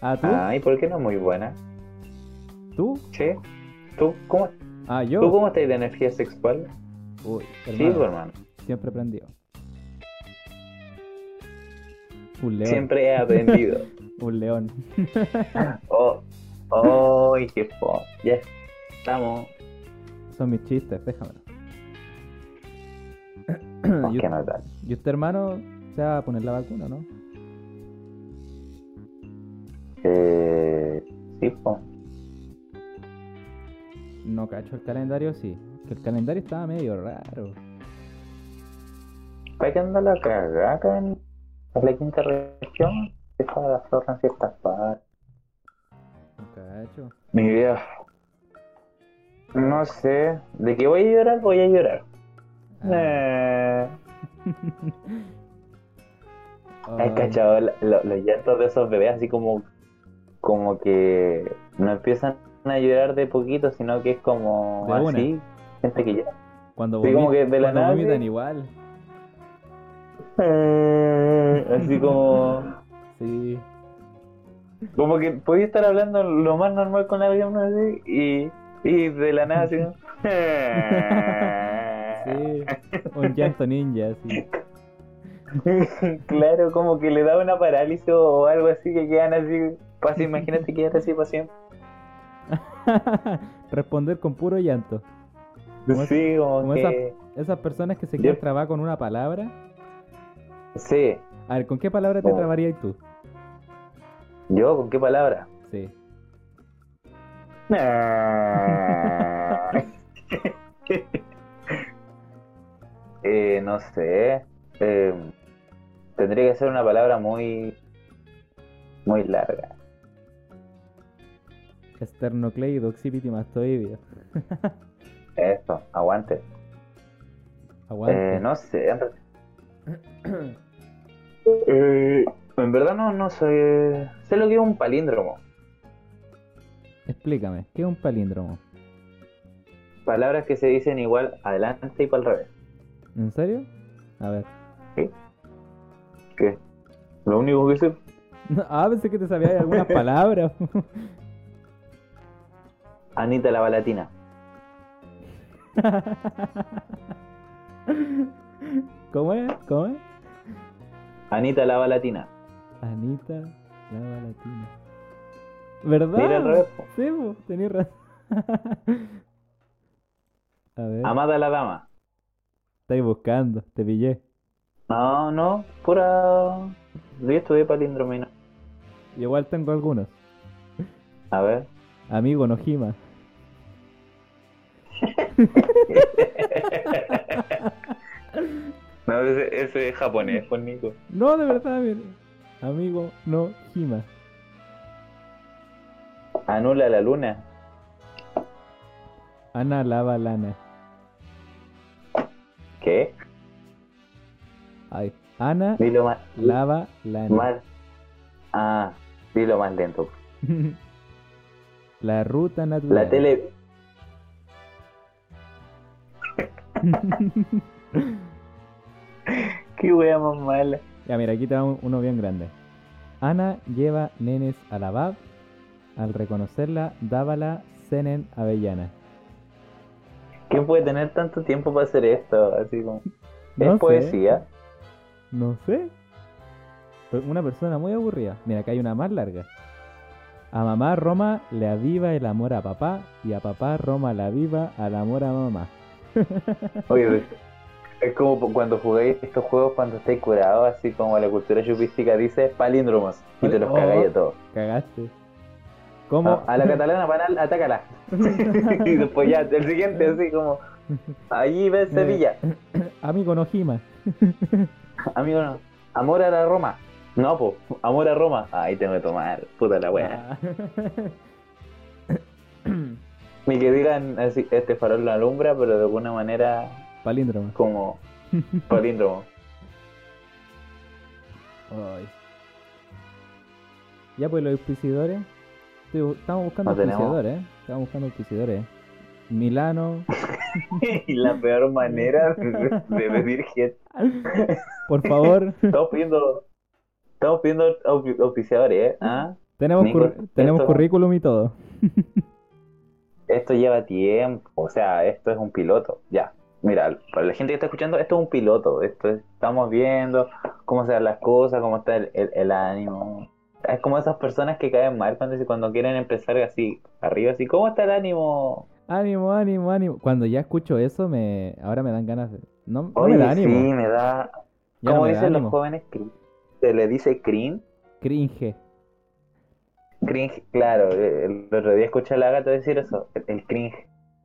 A: ah, ¿tú?
B: Ay, ¿por qué no muy buena?
A: ¿Tú?
B: ¿Sí? ¿Tú cómo,
A: Ah, yo.
B: ¿tú cómo estás de energía sexual?
A: Uy,
B: Sí,
A: hermano,
B: pues, hermano.
A: siempre aprendió. Un león.
B: Siempre he aprendido.
A: Un león.
B: oh, oh, qué po. Ya estamos.
A: Son mis chistes, déjamelo.
B: Más
A: ¿Y,
B: que notar.
A: y usted, hermano, se va a poner la vacuna, ¿no?
B: Eh, sí, po.
A: No cacho el calendario, sí. Que el calendario estaba medio raro.
B: ¿Para qué anda la cagaca en en la quinta región? Está la zorra en ciertas partes.
A: No cacho.
B: Mi idea. No sé. ¿De qué voy a llorar? Voy a llorar.
A: Ah,
B: Eh,
A: ay, Ah,
B: ¿Has
A: oh,
B: cachado la- lo- los llantos de esos bebés así como, como que no empiezan a llorar de poquito, sino que es como
A: De una.
B: así, gente que llora.
A: Cuando
B: Sí,
A: vomitan,
B: como que de la
A: cuando
B: nada,
A: vomitan
B: sí.
A: igual.
B: Eh, Así como...
A: Sí.
B: Como que podía estar hablando lo más normal con alguien más así y, y de la nada así... eh.
A: Sí. Un llanto ninja, sí.
B: claro, como que le da una parálisis o algo así que quedan así Pasa, imagínate que ya recibo siempre.
A: Responder con puro llanto. Como esa-
B: Sí, como,
A: como esa-
B: que...
A: Esas personas que se
B: Yo-
A: quieren trabar con una palabra.
B: Sí,
A: A ver, ¿con qué palabra te
B: Oh.
A: trabarías tú?
B: yo, ¿con qué palabra?
A: Sí.
B: eh, no sé. eh, tendría que ser una palabra muy. muy larga.
A: Esternocleido, occipitimastoideo.
B: Eso, aguante.
A: Aguante.
B: Eh, no sé. En, re- Eh, en verdad no, no sé. Sé lo que es un palíndromo.
A: Explícame, ¿qué es un palíndromo?
B: Palabras que se dicen igual adelante y para el revés.
A: ¿En serio? A ver.
B: ¿Qué? Lo único que sé.
A: Ah, pensé que te sabías de algunas palabras.
B: Anita la balatina.
A: ¿Cómo es? ¿Cómo es?
B: Anita la balatina.
A: Anita, la balatina. ¿Verdad?
B: Mira al revés, po.
A: Sí, po, tenés razón. A ver,
B: Amada la dama.
A: estáis buscando, te pillé.
B: No, no, pura. Yo estudié palíndromo y no.
A: Y Igual tengo algunos.
B: A ver.
A: Amigo Nojima.
B: No, ese, ese es japonés, pues Nico.
A: No, de verdad, mira. Amigo Nojima.
B: Anula la luna.
A: Ana lava lana.
B: ¿Qué?
A: Ay, Ana
B: Dilo más.
A: lava lana.
B: más. Ah, dilo más lento.
A: La ruta natural.
B: La tele. Qué wea más mala.
A: Ya, mira, aquí te va un- uno bien grande. Ana lleva nenes a la BAB. Al reconocerla, dábala Zenen Avellana.
B: ¿Quién puede tener tanto tiempo para hacer esto? Así como.
A: No
B: es
A: sé.
B: poesía.
A: No sé. Pero Una persona muy aburrida. Mira, acá hay una más larga. A mamá Roma le aviva el amor a papá y a papá Roma le aviva al amor a mamá.
B: Oye, es como po- cuando jugáis estos juegos cuando estáis curados, así como la cultura chupística dice palíndromos, y te los
A: Oh.
B: cagáis a todos.
A: Cagaste. ¿Cómo?
B: A, a la catalana, panal, atácala. y después ya, el siguiente, así como, allí ves Sevilla.
A: Amigo Nojima.
B: Amigo, no. Amor a la Roma. No, po, amor a Roma. Ahí tengo que tomar, puta la
A: Ah.
B: wea. Ni que digan, así, este farol la alumbra, pero de alguna manera,
A: Palíndromo.
B: como palíndromo.
A: Ay. Ya pues los auspiciadores. Estoy bu- Estamos buscando
B: No tenemos.
A: auspiciadores, eh. Estamos buscando auspiciadores. Milano,
B: y la peor manera de, de pedir gente.
A: por favor.
B: Estamos pidiendo, estamos pidiendo aupi- auspiciadores, ¿eh? ¿Ah?
A: tenemos
B: Nico,
A: curr-
B: esto-
A: tenemos currículum y todo.
B: Esto lleva tiempo, o sea, esto es un piloto, ya. Mira, para la gente que está escuchando, esto es un piloto, esto es- estamos viendo cómo se dan las cosas, cómo está el, el- el ánimo. Es como esas personas que caen mal cuando, cuando quieren empezar así, arriba, así, ¿cómo está el ánimo?
A: Ánimo, ánimo, ánimo. Cuando ya escucho eso me ahora me dan ganas de no, no
B: Oye,
A: me da ánimo.
B: Sí, me da,
A: Ya no
B: como
A: me da
B: dicen los
A: ánimo.
B: jóvenes, crin- se le dice cringe,
A: Cringe.
B: Cringe, claro, eh, el otro día escuché a la gata decir eso, el, el cringe.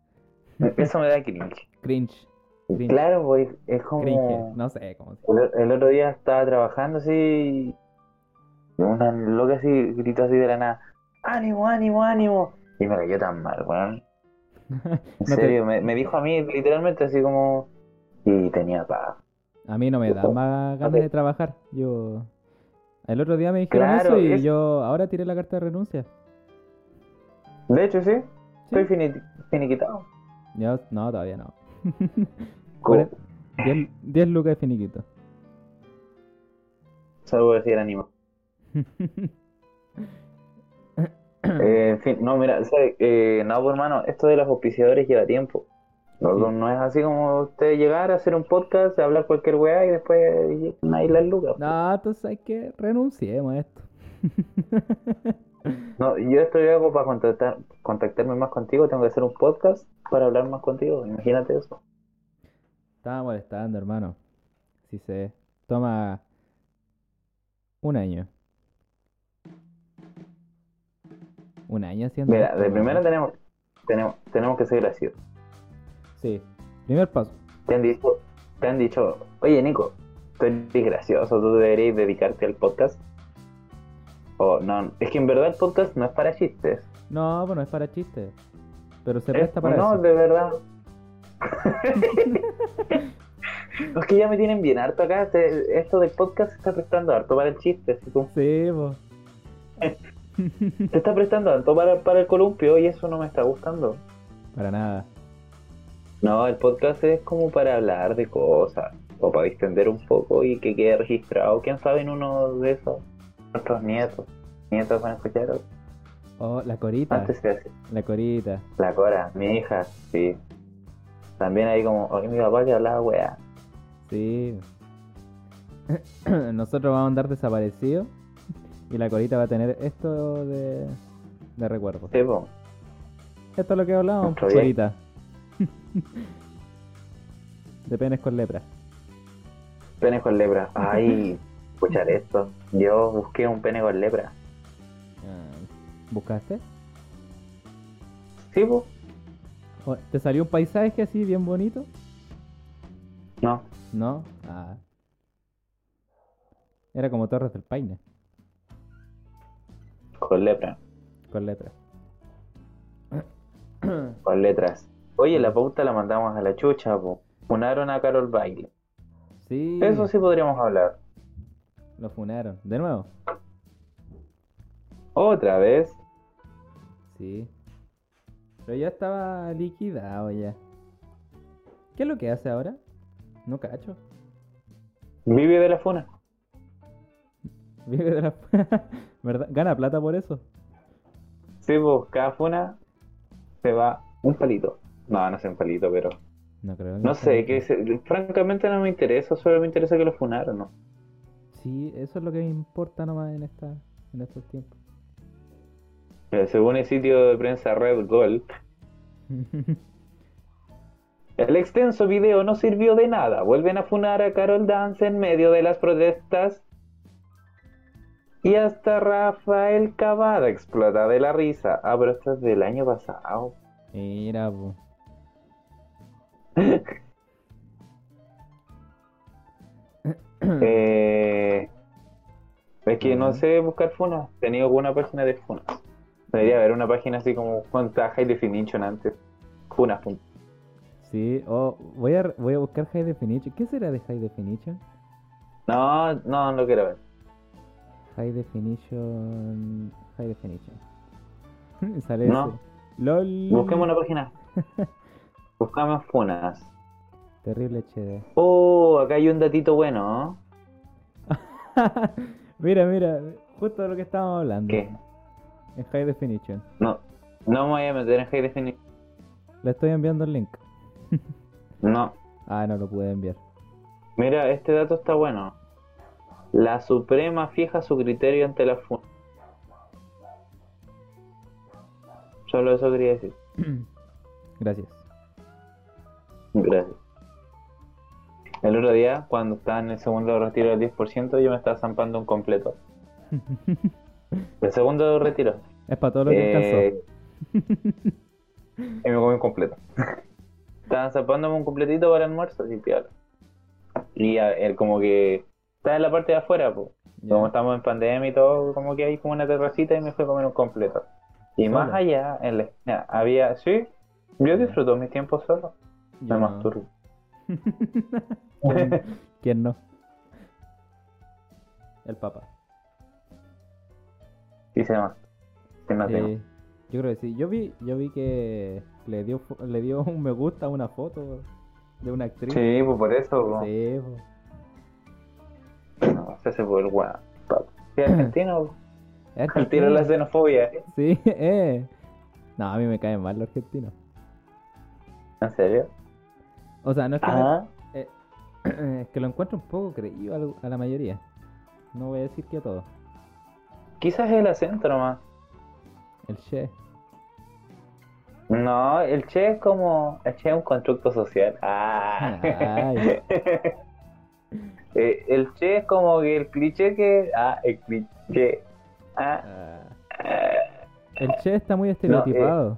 B: Eso me da cringe.
A: Cringe. Cringe.
B: Claro, pues, es como...
A: Cringe. No sé cómo se.
B: El, el otro día estaba trabajando así y una loca así gritó así de la nada, ánimo, ánimo, ánimo. Y me cayó tan mal, weón. En
A: No te-
B: serio, me, me dijo a mí literalmente así como... Y tenía paz.
A: A mí no me
B: Oh.
A: da más ganas de trabajar. Yo el otro día me dijeron
B: Claro,
A: eso y
B: es-
A: yo ahora tiré la carta de renuncia.
B: De hecho, sí,
A: Sí.
B: estoy fini- finiquitado.
A: Yo, no, todavía no.
B: Como-
A: 10, 10 lucas de finiquito.
B: Solo por decir ánimo. Eh, en fin, no, mira, ¿sabe? Eh, no, pues, hermano, esto de los auspiciadores lleva tiempo. No,
A: Sí.
B: no es así como usted llegar a hacer un podcast, hablar cualquier weá y después ahí las lucas.
A: no, entonces hay que renunciemos a esto.
B: No, yo estoy algo para contactar, contactarme más contigo. Tengo que hacer un podcast para hablar más contigo. Imagínate eso.
A: Estaba molestando, hermano. Si se toma un año. Un año haciendo.
B: Mira,
A: esto,
B: de
A: weón.
B: primero tenemos, tenemos, tenemos que ser graciosos.
A: Sí, primer paso.
B: Te han dicho, te han dicho, oye Nico, tú eres gracioso, tú deberías dedicarte al podcast. O no, es que en verdad el podcast no es para chistes.
A: No, bueno, es para chistes. Pero se
B: Es-
A: presta para
B: no,
A: eso.
B: de verdad. es que ya me tienen bien harto acá. te- esto del podcast se está prestando harto para el chiste. así como,
A: Sí, pues, po.
B: Te está prestando harto para, para el columpio y eso no me está gustando.
A: Para nada.
B: No, el podcast es como para hablar de cosas o para distender un poco y que quede registrado. ¿Quién sabe en uno de esos? Nuestros nietos. Nietos van a escuchar.
A: Oh, la corita.
B: Antes se hacía
A: La corita.
B: La Cora, mi hija, sí. También ahí como, oye, mi papá que hablaba, weá.
A: Sí. Nosotros vamos a andar desaparecidos. Y la corita va a tener esto de, de recuerdo.
B: Sí, po.
A: Esto es lo que hablábamos,
B: Está bien.
A: corita. de penes con lepra.
B: Pene con lepra. Ay, escuchar esto. Yo busqué un pene con lepra. Ah.
A: ¿Buscaste?
B: Sí, po.
A: ¿O- ¿Te salió un paisaje así bien bonito?
B: No.
A: ¿No? Ah. Era como Torres del Paine,
B: Con lepra.
A: con lepra.
B: Con letras. Oye, la pauta la mandamos a la chucha, po. Funaron a Carol Baile.
A: Sí,
B: Eso sí podríamos hablar.
A: lo funaron. ¿De nuevo?
B: Otra vez.
A: Sí. Pero ya estaba liquidado ya. ¿Qué es lo que hace ahora? No cacho.
B: Vive de la funa.
A: Vive de la... ¿Verdad? Gana plata por eso.
B: Sí, po. Cada funa se va un palito. No, no es un palito, pero...
A: No creo. que
B: No
A: sea
B: sé,
A: rico.
B: que se- francamente no me interesa, solo me interesa que lo funaron, ¿no?
A: Sí, eso es lo que me importa nomás en, esta, en estos tiempos.
B: Eh, Según el sitio de prensa Red Gold, el extenso video no sirvió de nada. Vuelven a funar a Carol Dance en medio de las protestas. Y hasta Rafael Cavada explota de la risa. Ah, pero esto es del año pasado.
A: Mira, po.
B: Eh, es que no
A: Ujú.
B: sé buscar funas. Tenía alguna página de funas. Debería haber una página así como Contaja y Definition antes. Funas. punto.
A: Sí, oh, voy a, voy a buscar High Definition. ¿Qué será de High Definition?
B: No, no, no quiero ver.
A: High Definition. High Definition. Sale
B: No.
A: ese. LOL.
B: Busquemos una página. Buscamos funas.
A: Terrible HD.
B: Oh, acá hay un datito bueno.
A: mira, mira. Justo de lo que estábamos hablando.
B: ¿Qué?
A: En High Definition.
B: No, no me voy a meter en High Definition.
A: Le estoy enviando el link.
B: No.
A: Ah, no lo pude enviar.
B: Mira, este dato está bueno. La Suprema fija su criterio ante la funa. Solo eso quería decir.
A: Gracias.
B: Gracias. El otro día, cuando estaba en el segundo retiro del 10%, yo me estaba zampando un completo. El segundo retiro.
A: Es para todo lo que alcanzó.
B: Eh, y me comí un completo. Estaban zapándome un completito para el almuerzo y piola. Y a- él como que estaba en la parte de afuera, po.
A: Ya.
B: como estamos en pandemia y todo, como que hay como una terracita y me fui a comer un completo. Y
A: ¿Solo?
B: más allá, en la esquina, había, sí, yo disfruto mis tiempos solo,
A: Yo
B: me
A: no.
B: masturbo.
A: ¿Quién, quién no? El Papa.
B: Y se masturba. Que no tengo.
A: Eh, yo creo que sí. Yo vi, yo vi que le dio, fo- le dio un me gusta a una foto de una actriz.
B: Sí, pues por eso, po.
A: Sí, po.
B: no, se hace por el guau. Soy argentino, po.
A: Es
B: al tiro de la xenofobia, ¿eh?
A: Sí, eh. No, a mí me caen mal los argentinos.
B: ¿en serio? Ah,
A: O sea, no es que, me-
B: Ajá.
A: eh, es que lo encuentro un poco creído al- a, la mayoría. No voy a decir que a todos.
B: Quizás es el acento nomás.
A: El Che.
B: No, el che es como. El che es un constructo social. Ah.
A: Ay.
B: Eh, el che es como que el cliché que. Ah, el cliché. Ah,
A: Ah. El Che está
B: eh,
A: muy estereotipado.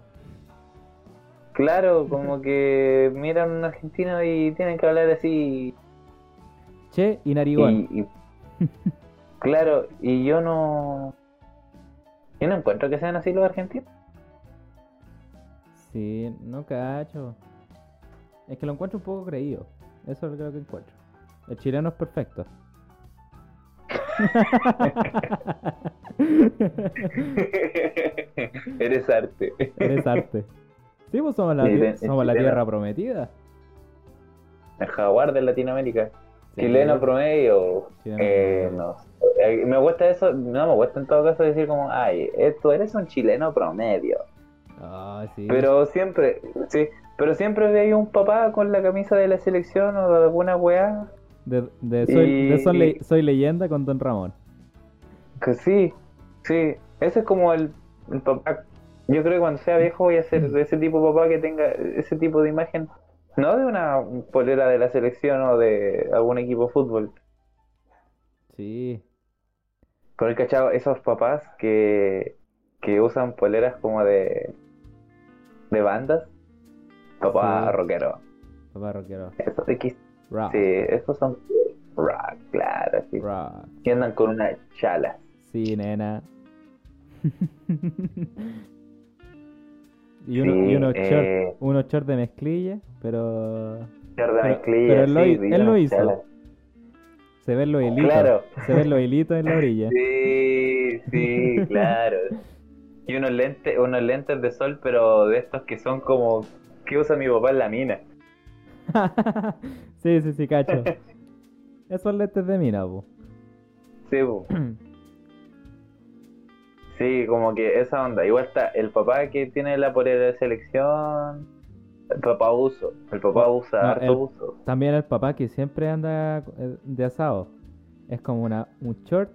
B: claro, como que miran a un argentino y tienen que hablar así.
A: Che y
B: Y,
A: narigón.
B: y- claro, y yo no. Yo no encuentro que sean así los argentinos.
A: Sí, no cacho. Es que lo encuentro un poco creído. Eso es lo que encuentro. El chileno es perfecto.
B: Eres arte.
A: Eres arte. Sí, pues somos la,
B: Sí,
A: tie-
B: de- el
A: somos la
B: chileno.
A: tierra prometida.
B: El jaguar de Latinoamérica.
A: Sí,
B: Chileno promedio.
A: chileno
B: Eh,
A: promedio.
B: no. Eh, Me cuesta eso, no me cuesta en todo caso decir como, ay, eh, tú eres un chileno promedio.
A: Ah, sí.
B: Pero siempre, sí, pero siempre veía un papá con la camisa de la selección o de alguna weá.
A: De, de soy, de Soy Le-
B: Y-
A: Soy leyenda con Don Ramón.
B: Que sí, sí, ese es como el, el papá. Yo creo que cuando sea viejo voy a ser de ese tipo de papá que tenga ese tipo de imagen. No de una polera de la selección o de algún equipo de fútbol,
A: Sí.
B: Pero el cachado, esos papás que, que usan poleras como de, de bandas. Papá
A: Sí.
B: rockero.
A: Papá rockero.
B: Esos de que-
A: Rock.
B: sí, esos son rock, claro. Sí.
A: Rock.
B: Y andan con una chala.
A: Sí, nena. y uno, y
B: Sí,
A: unos shorts
B: eh.
A: unos shorts de mezclilla, pero
B: Pierden
A: Pero-
B: mezclilla,
A: pero él lo
B: sí,
A: hi-
B: sí,
A: él lo
B: una
A: hizo.
B: chala.
A: se ven los hilitos.
B: Claro.
A: Se ven los hilitos en la orilla.
B: Sí, sí, claro. Y unos lentes, unos lentes de sol, pero de estos que son como que usa mi papá en la mina.
A: sí, sí, sí, cacho. Esos lentes de mina, po.
B: Sí, po. Sí, como que esa onda. Igual está el papá que tiene la polera de selección. El papá uso. El papá usa
A: no,
B: harto
A: Ah, el-
B: uso.
A: También el papá que siempre anda eh, de asado. Es como una, un short,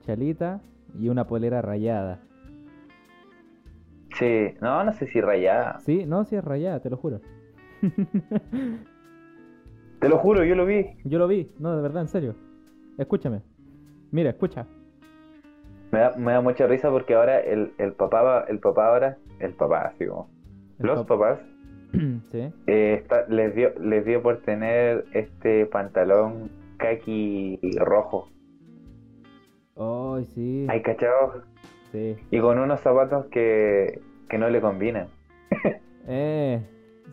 A: chalita y una polera rayada.
B: Sí, no, no sé si rayada.
A: Sí, no, sí es rayada, te lo juro.
B: Te lo juro, yo lo vi.
A: Yo lo vi, no, de verdad, en serio. Escúchame. Mira, escucha.
B: Me da, me da mucha risa porque ahora el, el papá, va- el papá ahora, el papá, así como.
A: El
B: Los
A: pap-
B: papás
A: sí.
B: eh, está- les dio, les dio por tener este pantalón kaki rojo.
A: Ay, sí.
B: Ay, cachao.
A: Sí.
B: Y con unos zapatos que, que no le combinan.
A: Eh,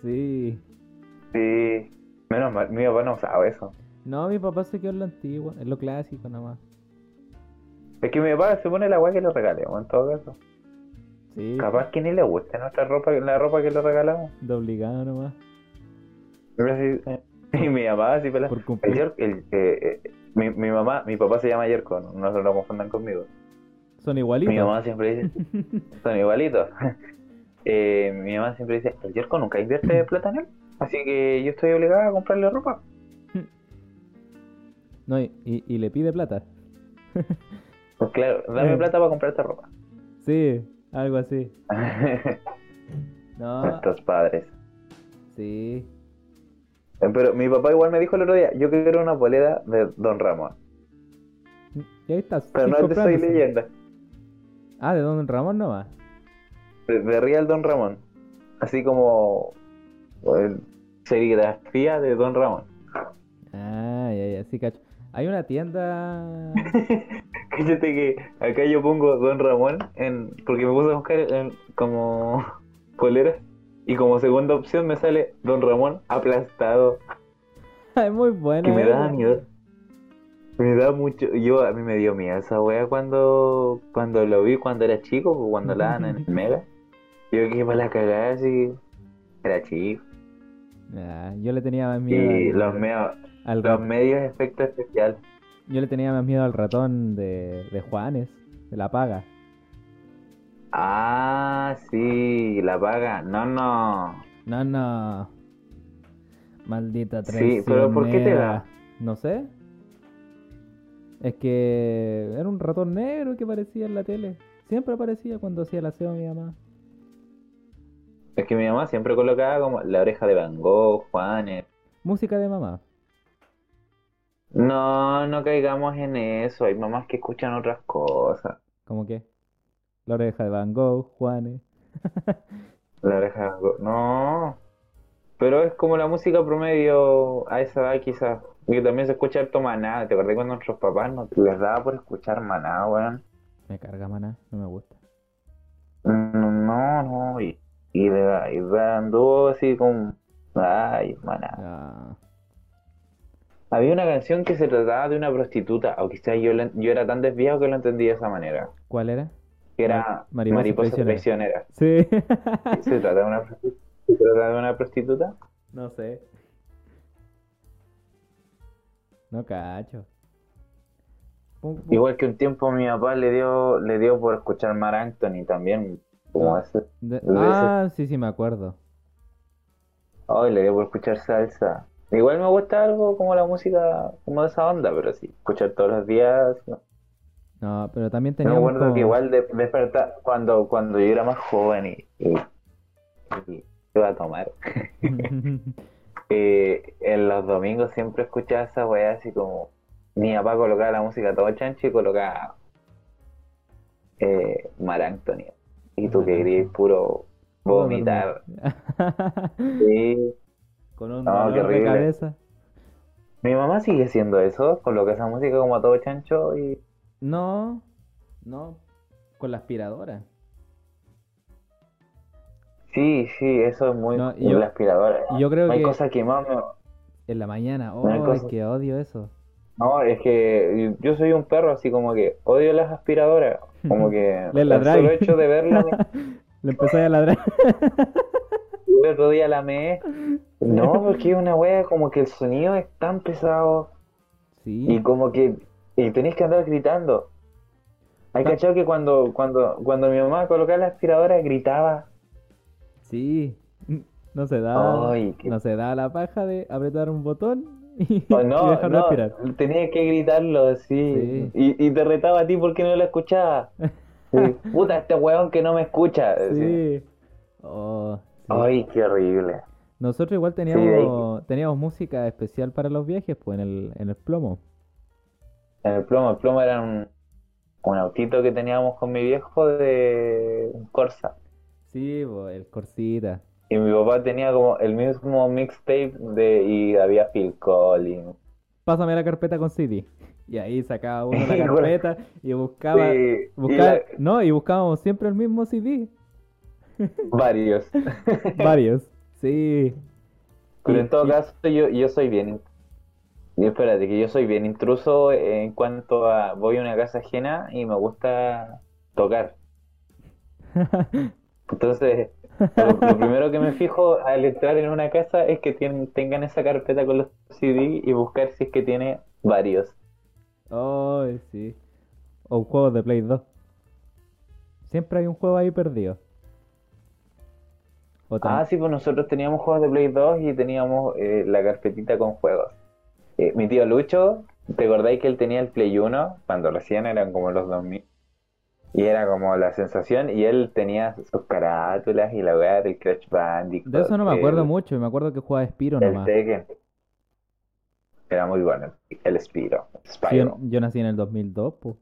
A: sí.
B: Sí, menos mal, mi papá no usaba eso.
A: No, mi papá se quedó en lo antiguo, en lo clásico nada más.
B: Es que mi papá se pone la agua que le regalemos, en todo caso.
A: Sí.
B: Capaz que ni le gusta nuestra ropa, la ropa que le regalamos.
A: De obligado nomás.
B: Pero así, eh, y mi mamá así pela.
A: Por
B: El
A: cumplir.
B: Yerko, el- eh, eh, mi, mi mamá, mi papá se llama Yerko, no- no se lo confundan conmigo.
A: Son
B: Mi
A: igualitos.
B: mamá siempre dice, son igualitos. Eh, mi mamá siempre dice, el Yerko nunca invierte plata en él, así que yo estoy obligada a comprarle ropa.
A: No, y, y- y le pide plata.
B: Pues claro, dame
A: Eh.
B: plata para comprarte ropa.
A: Sí, algo así. No,
B: Nuestros padres.
A: sí.
B: Eh, Pero mi papá igual me dijo el otro día, yo quiero una polera de Don Ramón.
A: Y ahí estás.
B: Pero
A: sí,
B: no te soy
A: comprándose.
B: leyenda.
A: Ah, de Don Ramón nomás.
B: De, de Real Don Ramón. Así como eh, serigrafía de Don Ramón.
A: Ah, ya, ya, sí, cacho. Hay una tienda.
B: Fíjate que acá yo pongo Don Ramón en, porque me puse a buscar en- como polera y como segunda opción me sale Don Ramón aplastado.
A: es muy buena. eh.
B: Que me da
A: esa.
B: miedo. Me da mucho. Yo a mí me dio miedo esa wea cuando cuando lo vi cuando era chico, pues, cuando la daban en el Mega. Yo que para la cagada así. Era chico.
A: Ah, yo le tenía más miedo
B: Y
A: al-
B: los, meo-
A: al
B: los
A: rat-
B: medios de efecto especial.
A: Yo le tenía más miedo al ratón de, de Juanes, de la paga.
B: Ah, sí, la paga. No, no.
A: No, no. Maldita traición.
B: Sí, pero ¿por qué te da?
A: No sé. Es que era un ratón negro que parecía en la tele. Siempre aparecía cuando hacía el aseo mi mamá.
B: Es que mi mamá siempre colocaba como la oreja de Van Gogh, Juanes.
A: Música de mamá.
B: No, no caigamos en eso. Hay mamás que escuchan otras cosas.
A: ¿Cómo qué? La oreja de Van Gogh, Juanes.
B: La oreja de Van Gogh. No. Pero es como la música promedio a esa edad quizás. Que también se escucha harto maná. ¿Te acordás cuando nuestros papás nos les daba por escuchar maná, weón?
A: Me carga maná, no me gusta.
B: No, no, no. Y, y, de- y de- anduvo así como... Ay, maná.
A: Ah,
B: Había una canción que se trataba de una prostituta, o quizás yo, la- yo era tan desviado que lo entendí de esa manera,
A: ¿Cuál era?
B: que era
A: Ma- mariposa
B: Mariposa
A: traicionera.
B: Traicionera.
A: Sí.
B: ¿Se trata de una, prostitu- se trata de una prostituta?
A: no sé. No cacho. Pum, pum.
B: Igual que un tiempo mi papá le dio le dio por escuchar Mar Anthony también, como ese.
A: De-
B: de
A: Ah, sí, sí, me acuerdo.
B: Ay, le dio por escuchar salsa. Igual me gusta algo como la música, como de esa onda, pero sí, escuchar todos los días. no.
A: No, pero también
B: Me
A: teníamos
B: acuerdo
A: como-
B: que igual de, despertar cuando, cuando yo era más joven y, y, y iba a tomar. Eh, en los domingos siempre escuchaba esa weá así como mi papá colocaba la música todo chancho y colocaba eh, Mar Anthony. Y tú que querías puro vomitar. Sí.
A: Con un
B: No,
A: dolor
B: qué
A: de
B: horrible.
A: cabeza.
B: Mi mamá sigue haciendo eso, coloca esa música como a todo chancho y
A: No, no, con la aspiradora.
B: sí, sí, eso es muy
A: No, y
B: muy
A: yo-
B: la aspiradora.
A: y yo creo
B: No hay
A: que-
B: cosas que más me-
A: En la mañana, oh,
B: No hay cosa-
A: que odio eso.
B: No, es que yo soy un perro así como que odio las aspiradoras. Como que
A: Le
B: el
A: ladráis.
B: solo hecho de verla me-
A: Le empecé a ladrar.
B: El otro día la meé. No, porque es una wea como que el sonido es tan pesado y
A: Sí,
B: como que y tenés que andar gritando. Hay
A: Ta-
B: cachado que cuando, cuando, cuando mi mamá colocaba la aspiradora gritaba.
A: sí. No se da,
B: Ay, qué-
A: Ah, no se da la paja de apretar un botón y,
B: O
A: y
B: no,
A: dejar
B: no,
A: respirar.
B: tenías que gritarlo
A: Sí.
B: así. Y, y te retaba a ti porque no la escuchaba. Sí, Puta, este weón que no me escucha. Eh, Sí.
A: Sí. Oh, sí.
B: Ay, qué horrible.
A: Nosotros igual teníamos, teníamos música especial para los viajes, pues en el, en el plomo.
B: En el plomo, el plomo era un, un autito que teníamos con mi viejo de un Corsa.
A: Sí, po, el Corsita.
B: Y mi papá tenía como el mismo mixtape de y había Phil Collins.
A: Pásame la carpeta con CD. Y ahí sacaba uno la
B: Sí, bueno.
A: carpeta y buscaba,
B: Sí, y
A: buscaba-
B: la-
A: no, y buscábamos siempre el mismo CD.
B: varios.
A: Varios. Sí.
B: Pero
A: Y-
B: en todo
A: y-
B: caso yo, yo soy bien y espérate que yo soy bien intruso en cuanto a voy a una casa ajena y me gusta tocar. Entonces, lo, lo primero que me fijo al entrar en una casa es que tienen, tengan esa carpeta con los CD y buscar si es que tiene varios.
A: Oh, sí. O juegos de Play 2. Siempre hay un juego ahí perdido. O tam-
B: Ah, sí, pues nosotros teníamos juegos de Play 2 y teníamos eh, la carpetita con juegos. Eh, mi tío Lucho, ¿te acordáis que él tenía el Play 1 cuando recién eran como los 2000? Y era como la sensación, y él tenía sus carátulas y la weá del Crash Bandicoot.
A: de eso no me acuerdo
B: el-
A: mucho. Me acuerdo que jugaba Spiro
B: El
A: nomás.
B: Tekken. Era muy bueno, el Spiro.
A: Sí, yo,
B: Spyro.
A: yo nací en el 2002, po.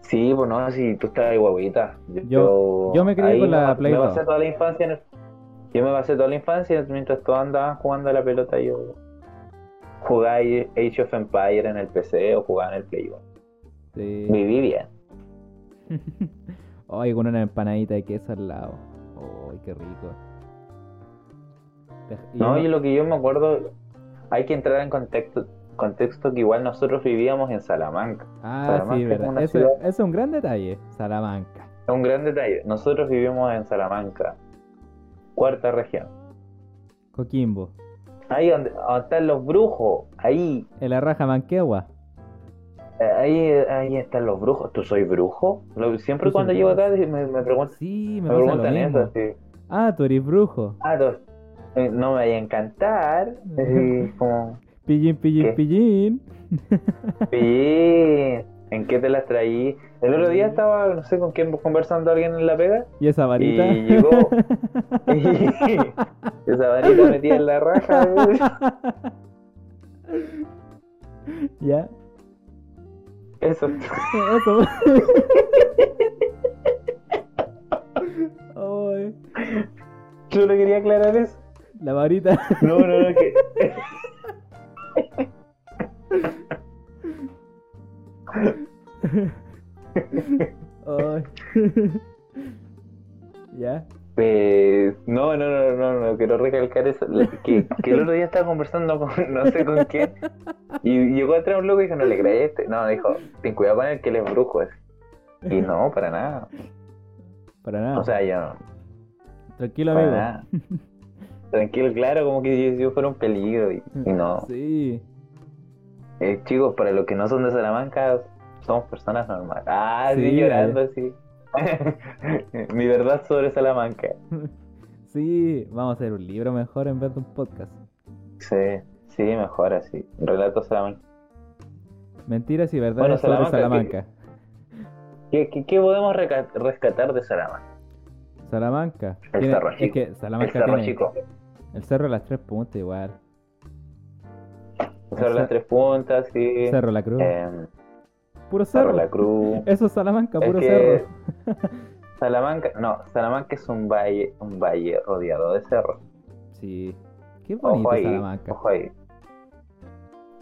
B: Sí, pues no, si tú estás guaguita.
A: Yo- yo me crié
B: ahí
A: con la
B: pas-
A: Play
B: me
A: 2.
B: pasé toda la infancia en el- Yo me pasé toda la infancia mientras todos andaban jugando a la pelota. Yo jugaba ahí Age of Empire en el PC o jugaba en el Play 1.
A: Sí.
B: Viví bien.
A: Ay, con una empanadita de queso al lado. Ay, qué rico. Dej- y
B: No,
A: uno-
B: y lo que yo me acuerdo, hay que entrar en contexto, contexto que igual nosotros vivíamos en Salamanca.
A: Ah,
B: Salamanca
A: sí,
B: es
A: verdad.
B: una
A: Eso,
B: ciudad-
A: eso es un gran detalle. Salamanca.
B: Es un gran detalle. Nosotros vivimos en Salamanca, cuarta región.
A: Coquimbo.
B: Ahí donde, donde están los brujos, ahí
A: En la raja manquegua.
B: Eh, Ahí, ahí están los brujos. ¿Tú soy brujo? Lo- siempre
A: Tú soy
B: cuando llego
A: brujo.
B: acá di- me, me preguntan,
A: Sí, me,
B: me
A: pasa lo
B: preguntan
A: mismo.
B: eso. así,
A: Ah, tú eres brujo.
B: Ah, tú- eh, no me vaya a encantar.
A: Mm.
B: Así como,
A: Pillín, pillín,
B: ¿Qué?
A: pillín.
B: bien. ¿En qué te las traí? El otro día estaba, no sé con quién, conversando alguien en la pega.
A: ¿Y esa varita?
B: Y llegó. y esa varita metida en la raja. güey.
A: ¿Ya?
B: Eso.
A: Eso. Ay,
B: Yo le quería aclarar eso.
A: la varita.
B: No, no, no, que.
A: Ay. ¿Ya?
B: Eh, no, no, no, no, no, quiero recalcar eso. la- Que, que el otro día estaba conversando con no sé con quién. Y llegó atrás un loco y dijo, no le creí a este. No, dijo, ten cuidado con él que él es brujo. así. Y no, para nada.
A: Para nada.
B: O sea, yo no.
A: Tranquilo,
B: Para
A: Ah. amigo.
B: nada. Tranquilo, claro, como que yo, yo fuera un peligro. Y, y no.
A: Sí.
B: Eh, chicos, para los que no son de Salamanca, somos personas normales. Ah, sí,
A: Sí, eh.
B: llorando así. Mi verdad sobre Salamanca.
A: Sí, vamos a hacer un libro mejor en vez de un podcast.
B: Sí, sí, mejor así. Relato Salamanca.
A: Mentiras y verdades
B: Bueno,
A: sobre
B: Salamanca,
A: Salamanca.
B: ¿Qué, qué, qué podemos reca- rescatar de Salamanca?
A: Salamanca.
B: El
A: tiene-
B: Cerro
A: es
B: Chico.
A: que
B: El
A: Salamanca
B: Cerro
A: tiene
B: Chico.
A: el cerro de las tres puntas igual.
B: El Cerro
A: Cer-
B: de las Tres Puntas, sí.
A: Cerro de la Cruz.
B: Em,
A: puro
B: Cerro
A: cerro.
B: de la Cruz.
A: Eso es Salamanca,
B: Es
A: puro
B: que-
A: cerro.
B: Salamanca, no, Salamanca es un valle, un valle rodeado de cerros.
A: Sí. Qué bonito
B: Ojo ahí,
A: Salamanca.
B: ojo ahí.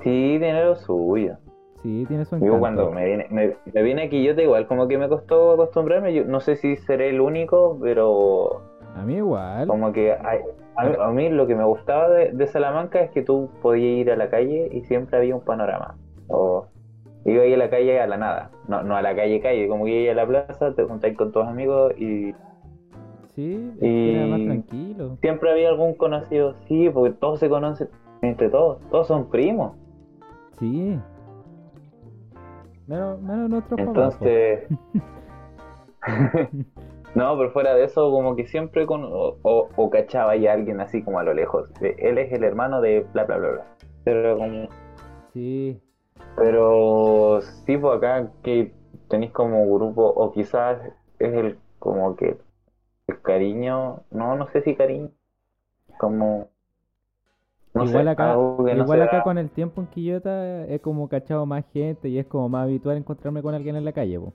B: Sí, tiene lo suyo.
A: Sí, tiene su encanto.
B: Digo, cuando me viene, me, me viene aquí, yo te igual, como que me costó acostumbrarme. Yo no sé si seré el único, pero
A: A mí igual.
B: Como que hay- a, mí, a mí lo que me gustaba de, de Salamanca es que tú podías ir a la calle y siempre había un panorama. O iba ahí a la calle a la nada, no, no a la calle calle, como que iba a la plaza, te juntáis con tus amigos y
A: Sí, es
B: Y-
A: que era más tranquilo.
B: siempre había algún conocido, sí, porque todos se conocen entre todos, todos son primos.
A: Sí. Menos, menos nuestros papás. po.
B: Entonces... No, pero fuera de eso, como que siempre con, o, o- o cachaba ahí a alguien así como a lo lejos. de, Él es el hermano de bla, bla, bla, bla. Pero como
A: Sí.
B: Pero sí, pues acá que tenéis como grupo, o quizás es el como que el cariño, no, no sé si cariño, como no sé,
A: igual acá,
B: algo que no
A: igual
B: se
A: acá
B: da.
A: con el tiempo en Quillota he como cachado más gente y es como más habitual encontrarme con alguien en la calle. po.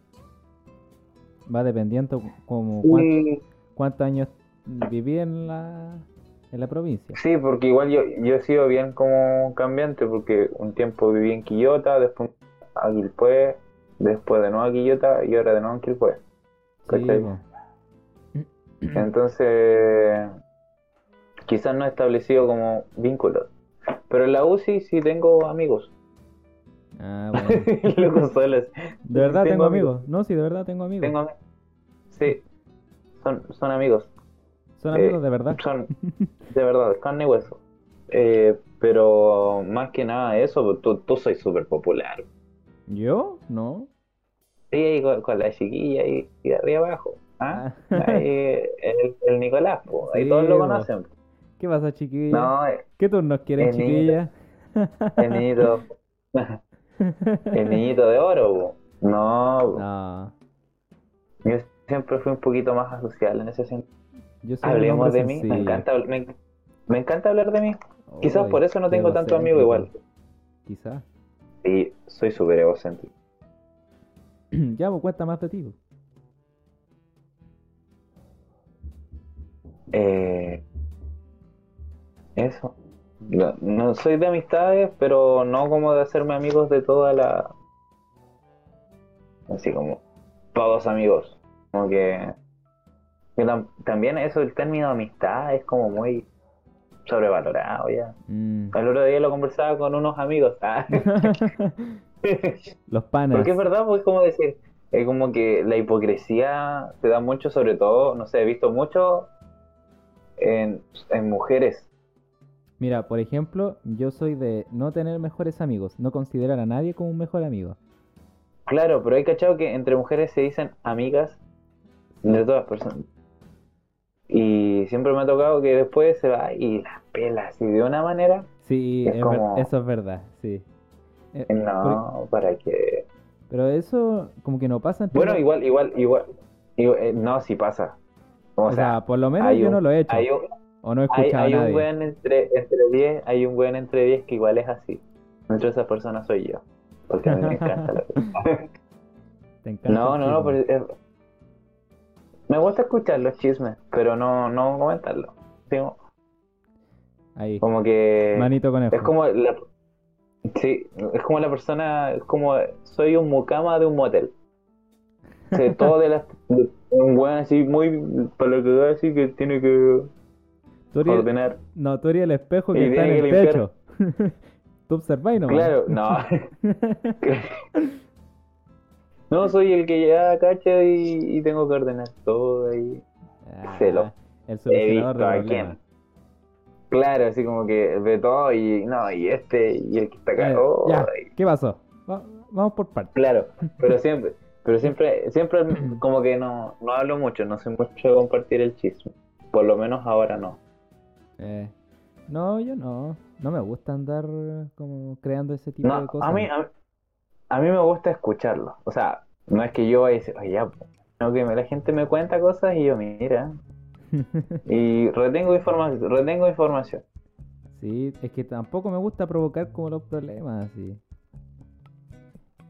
A: Va dependiendo como cuán- cuántos
B: Sí,
A: años viví en la, en la provincia.
B: sí, porque igual yo, yo he sido bien como cambiante, porque un tiempo viví en Quillota, después a Quilpué, después de nuevo a Quillota y ahora de nuevo en Quilpué.
A: Sí,
B: ¿Cachai?
A: po.
B: Entonces, quizás no he establecido como vínculos. Pero en la UCI sí tengo amigos.
A: Ah, bueno.
B: Loco solas.
A: De verdad
B: Tengo
A: tengo amigos. No, sí, de verdad tengo amigos.
B: Tengo amigos. Sí. Son, son amigos.
A: Son
B: eh,
A: amigos de verdad.
B: Son de verdad, carne y hueso. Eh, pero más que nada eso, tú, tú soy súper popular.
A: ¿Yo? No.
B: Sí, ahí con, con la chiquilla y, y de arriba abajo. ¿Ah? Ahí, el, el Nicolás, po, ahí
A: Sí,
B: todos lo
A: po.
B: conocen.
A: ¿Qué pasa, chiquilla?
B: No, eh,
A: ¿Qué turnos quieren,
B: El niño.
A: chiquilla?
B: El niñito. El niñito de oro, po. No,
A: No.
B: yo siempre fui un poquito más asocial en ese sentido.
A: Yo soy un
B: Hablemos
A: hombre
B: de mí, me
A: sencillo.
B: encanta, habl- me, enc- me encanta hablar de mí. Quizás
A: Ay,
B: por eso no
A: qué
B: tengo tanto amigo igual.
A: egocéntrico. Quizás.
B: Sí, soy súper egocéntrico.
A: ya, pues cuenta más de ti. pues.
B: Eh, eso. No, no soy de amistades, pero no como de hacerme amigos de toda la... Así como, todos amigos. Como que... que tam- también eso, el término amistad es como muy sobrevalorado ya.
A: Mm.
B: El otro día lo conversaba con unos amigos. ah.
A: Los panas.
B: Porque es verdad, pues como decir, es como que la hipocresía se da mucho, sobre todo, no sé, he visto mucho en, en mujeres.
A: Mira, por ejemplo, yo soy de no tener mejores amigos, no considerar a nadie como un mejor amigo.
B: Claro, pero hay cachado que entre mujeres se dicen amigas de todas personas. Y siempre me ha tocado que después se va y las pelas, y de una manera,
A: Sí,
B: Es
A: es ver-
B: como-
A: eso es verdad, sí. Eh,
B: no, para que.
A: Pero eso como que no pasa en
B: Bueno,
A: todos-
B: igual, igual, igual. igu- eh, no, sí pasa. O,
A: o, sea,
B: sea,
A: por lo menos
B: hay
A: yo
B: un-
A: no lo he hecho.
B: hay un,
A: o no he
B: hay,
A: escuchado
B: hay
A: a
B: un
A: nadie.
B: weón entre, entre 10, hay un weón entre 10 que igual es así. Entre esas personas soy yo. Porque a mí me encanta la
A: Te encanta
B: No,
A: el
B: no, no, pero
A: chisme.
B: es- me gusta escuchar los chismes, pero no, no comentarlos. Sí,
A: Ahí,
B: Como que
A: manito conejo.
B: Eh, es como la sí, es como la persona, es como soy un mucama de un motel. O sea, todo de las de- un weón así muy para lo que da así que tiene que
A: Tú eres-
B: ordenar.
A: No, tú eres el espejo
B: Y
A: que está en
B: tiene
A: el
B: que limpiar.
A: techo. tú observáis nomás.
B: Claro, no. No, soy el que ya cacha y, y tengo que ordenar todo y...
A: Ah,
B: Celo.
A: El
B: He
A: solucionador
B: visto
A: de
B: a
A: problemas.
B: quién. Claro, así como que ve todo y no, y este, y el que está
A: Eh,
B: acá. oh,
A: ya,
B: y-
A: ¿qué pasó? Va- vamos por partes.
B: Claro, pero siempre, pero siempre, siempre como que no, no hablo mucho, no sé mucho de compartir el chisme. Por lo menos ahora no.
A: Eh, no, yo no. No me gusta andar eh, como creando ese tipo de
B: No,
A: cosas.
B: a mí, a, a mí me gusta escucharlo. O sea, no es que yo vaya a decir, oye, ya, po". no que me- la gente me cuenta cosas y yo, mira. y retengo, informa retengo información.
A: Sí, es que tampoco me gusta provocar como los problemas así.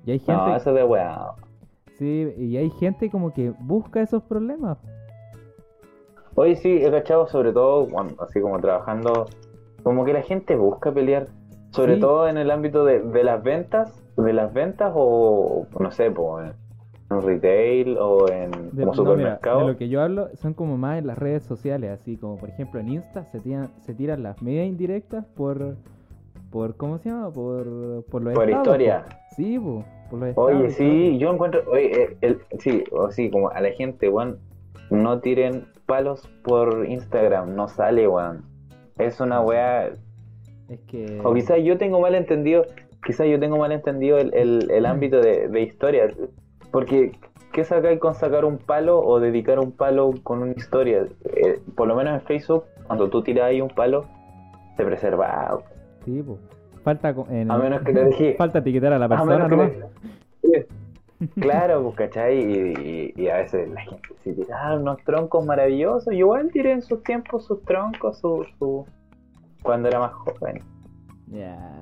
A: Y hay gente,
B: No, eso es de weá.
A: sí, y hay gente como que busca esos problemas.
B: Hoy sí, he cachado sobre todo, cuando- así como trabajando, como que la gente busca pelear, sobre
A: Sí.
B: todo en el ámbito de, de las ventas, de las ventas o, no sé, po, en en retail o
A: De,
B: en como
A: no, mira,
B: supermercado.
A: de lo que yo hablo son como más en las redes sociales, así como por ejemplo en Insta se tiran, se tiran las medias indirectas por, por ¿cómo se llama? Por, por los
B: Por
A: estados,
B: historia.
A: po. Sí, po, por los estados.
B: Oye,
A: y
B: sí, yo encuentro, oye, eh, el- sí, o sí, como a la gente, weón, no tiren palos por Instagram, no sale, weón. Es una weá
A: todo. Es que...
B: O quizás yo tengo mal entendido, quizás yo tengo mal entendido el, el-
A: Mm.
B: el ámbito de, de historia. Porque, ¿qué sacáis con sacar un palo o dedicar un palo con una historia? Eh, por lo menos en Facebook, cuando tú tiras ahí un palo, te preserva.
A: Sí, po. Falta, co- en-
B: A menos que te dejes.
A: falta etiquetar a la
B: A
A: persona,
B: menos
A: nomás.
B: que te- Claro, pues, ¿cachai? Y, y- y a veces la gente se tira "Ah, unos troncos maravillosos. Yo igual tiré en sus tiempos sus troncos, su, su... cuando era más joven.
A: Ya.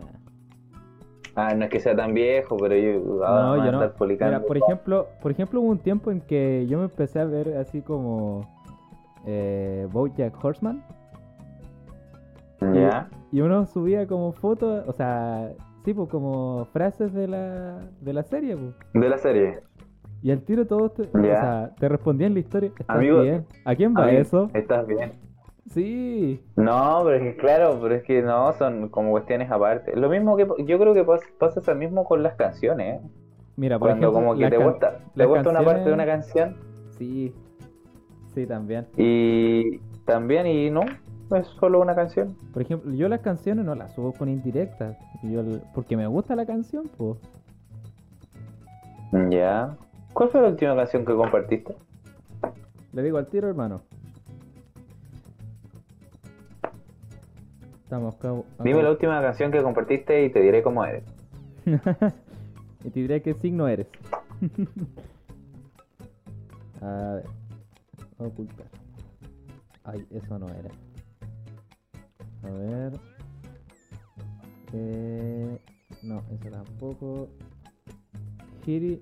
B: Ah, no es que sea tan viejo, pero yo ahora
A: No,
B: me voy a
A: yo no.
B: andar publicando.
A: Mira, por ejemplo, por ejemplo, hubo un tiempo en que yo me empecé a ver así como eh, BoJack Horseman
B: Ya.
A: y uno subía como fotos, o sea, sí, pues como frases de la, de la serie, pues.
B: De la serie.
A: Y al tiro todos te, o
B: Ya.
A: sea, te respondían la historia. ¿Estás
B: Amigo,
A: bien? ¿A quién va
B: Amigo,
A: eso?
B: ¿Estás bien?
A: Sí,
B: No, pero es que claro, pero es que no, son como cuestiones aparte. Lo mismo que yo creo que pas- pasa eso mismo con las canciones. ¿eh?
A: mira, por
B: Cuando
A: ejemplo,
B: como que
A: las
B: te
A: can-
B: gusta, te
A: las
B: gusta una parte
A: canciones-
B: de una canción
A: Sí, sí, también.
B: y también y no, es solo una canción.
A: Por ejemplo, yo las canciones no las subo con indirectas, yo, l- porque me gusta la canción, pues.
B: Ya. ¿Cuál fue la última canción que compartiste?
A: Le digo al tiro, hermano. Estamos acá.
B: Dime la última canción que compartiste y te diré cómo eres.
A: Y te diré qué signo eres. A ver. Ocultar. Ay, eso no era. A ver. Eh, no, eso tampoco. Here,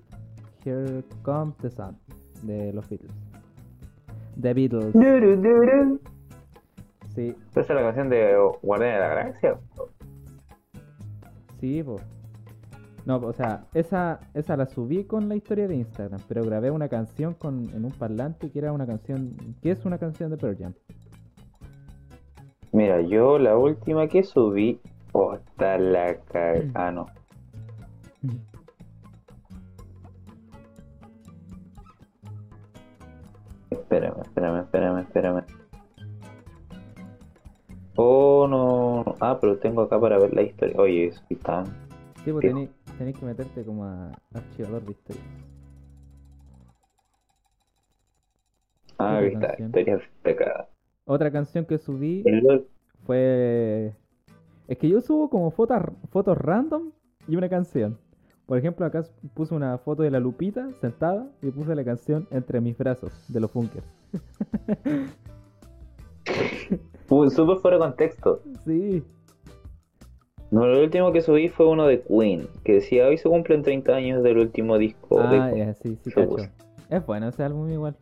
A: here comes the sun. De los Beatles. The Beatles.
B: Duru, duru.
A: Sí,
B: Esa es la canción de Guardián de la Galaxia.
A: Sí, po. No, po, o sea, esa, esa la subí con la historia de Instagram, pero grabé una canción con, en un parlante que era una canción, que es una canción de Pearl Jam.
B: Mira, yo la última que subí, oh, está la ca-
A: Mm.
B: Ah, no. Espérame, espérame, espérame, espérame. Oh, no. Ah, pero tengo acá para ver la historia. Oye, soy tan.
A: Sí, pues
B: Sí.
A: tenéis que meterte como a archivador de historias.
B: Ah,
A: ¿Qué
B: aquí está,
A: canción?
B: historia destacada.
A: Otra canción que subí
B: El LOL.
A: fue... Es que yo subo como fotos, fotos random y una canción. Por ejemplo, acá puse una foto de la Lupita sentada y puse la canción Entre mis brazos de los Funkers.
B: Uy, Súper fuera de contexto.
A: Sí,
B: No, lo último que subí fue uno de Queen, que decía hoy se cumplen 30 años del último disco de
A: ah,
B: Queen".
A: ya, sí, sí,
B: Yo
A: cacho.
B: puse.
A: Es bueno ese álbum igual.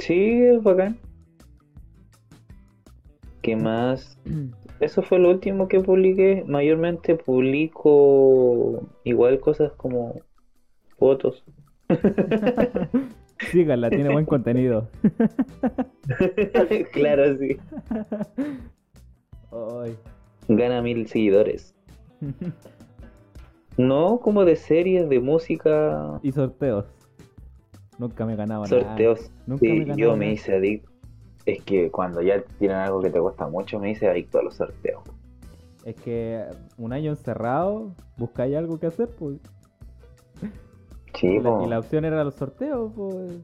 B: Sí, es bacán. ¿Qué más? Eso fue lo último que publiqué. Mayormente publico igual cosas como fotos.
A: Síganla, tiene buen contenido.
B: claro, sí.
A: Ay.
B: Gana mil seguidores. No como de series, de música,
A: y sorteos. Nunca me ganaba
B: sorteos.
A: nada. Nunca
B: Sí,
A: me ganaba
B: yo
A: nada.
B: me hice adicto. Es que cuando ya tienen algo que te cuesta mucho, me hice adicto a los sorteos.
A: Es que un año encerrado, buscáis algo que hacer, pues.
B: Sí,
A: Y la,
B: como-
A: y la opción era los sorteos, pues.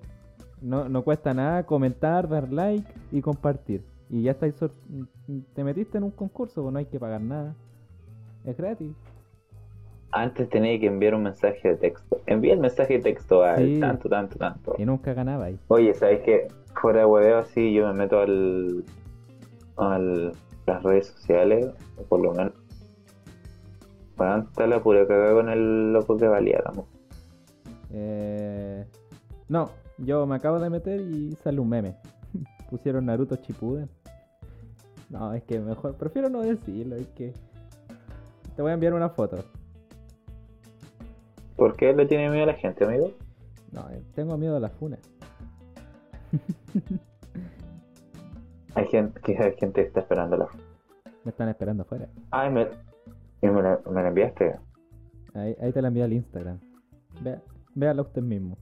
A: No, no cuesta nada comentar, dar like y compartir. Y ya estáis sor- te metiste en un concurso, pues no hay que pagar nada. Es gratis.
B: Antes tenía que enviar un mensaje de texto. Envía el mensaje de texto a
A: Sí.
B: tanto, tanto, tanto.
A: Y nunca ganaba ahí.
B: Oye, ¿sabes qué? Fuera de hueveo así, yo me meto al, al las redes sociales, o por lo menos. Bueno, está la pura cagada con el loco que valiáramos.
A: Eh, No, yo me acabo de meter y sale un meme. Pusieron Naruto Shippuden. No, es que mejor, prefiero no decirlo, es que... Te voy a enviar una foto.
B: ¿Por qué le tiene miedo a la gente, amigo?
A: No, eh, tengo miedo a la funa.
B: Hay gente que hay gente que está esperando la.
A: Me están esperando afuera.
B: Ay, me, y me, la, me la enviaste.
A: Ahí, ahí te la envié al Instagram. Vea, véala usted mismo.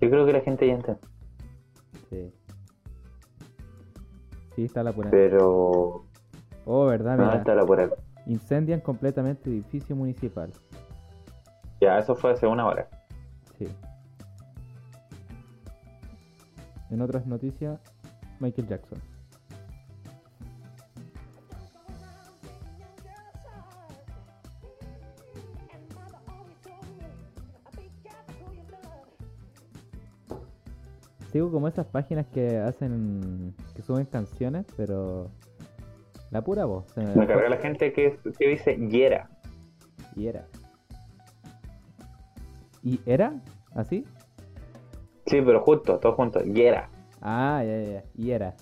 B: Yo creo que la gente ya entendió.
A: Sí. Sí, está la pura.
B: Pero.
A: Oh, verdad,
B: No,
A: mira.
B: Ah, está la pura.
A: Incendian completamente edificio municipal.
B: Ya, eso fue hace una hora.
A: Sí. En otras noticias, Michael Jackson. Sigo como esas páginas que hacen. que suben canciones, pero. La pura voz. se me
B: Me
A: fue.
B: carga la gente que, que dice Yera.
A: Y era. ¿Y era? ¿Así?
B: Sí, pero justo, todo junto. Yera.
A: Ah, ya, ya, ya. Y era.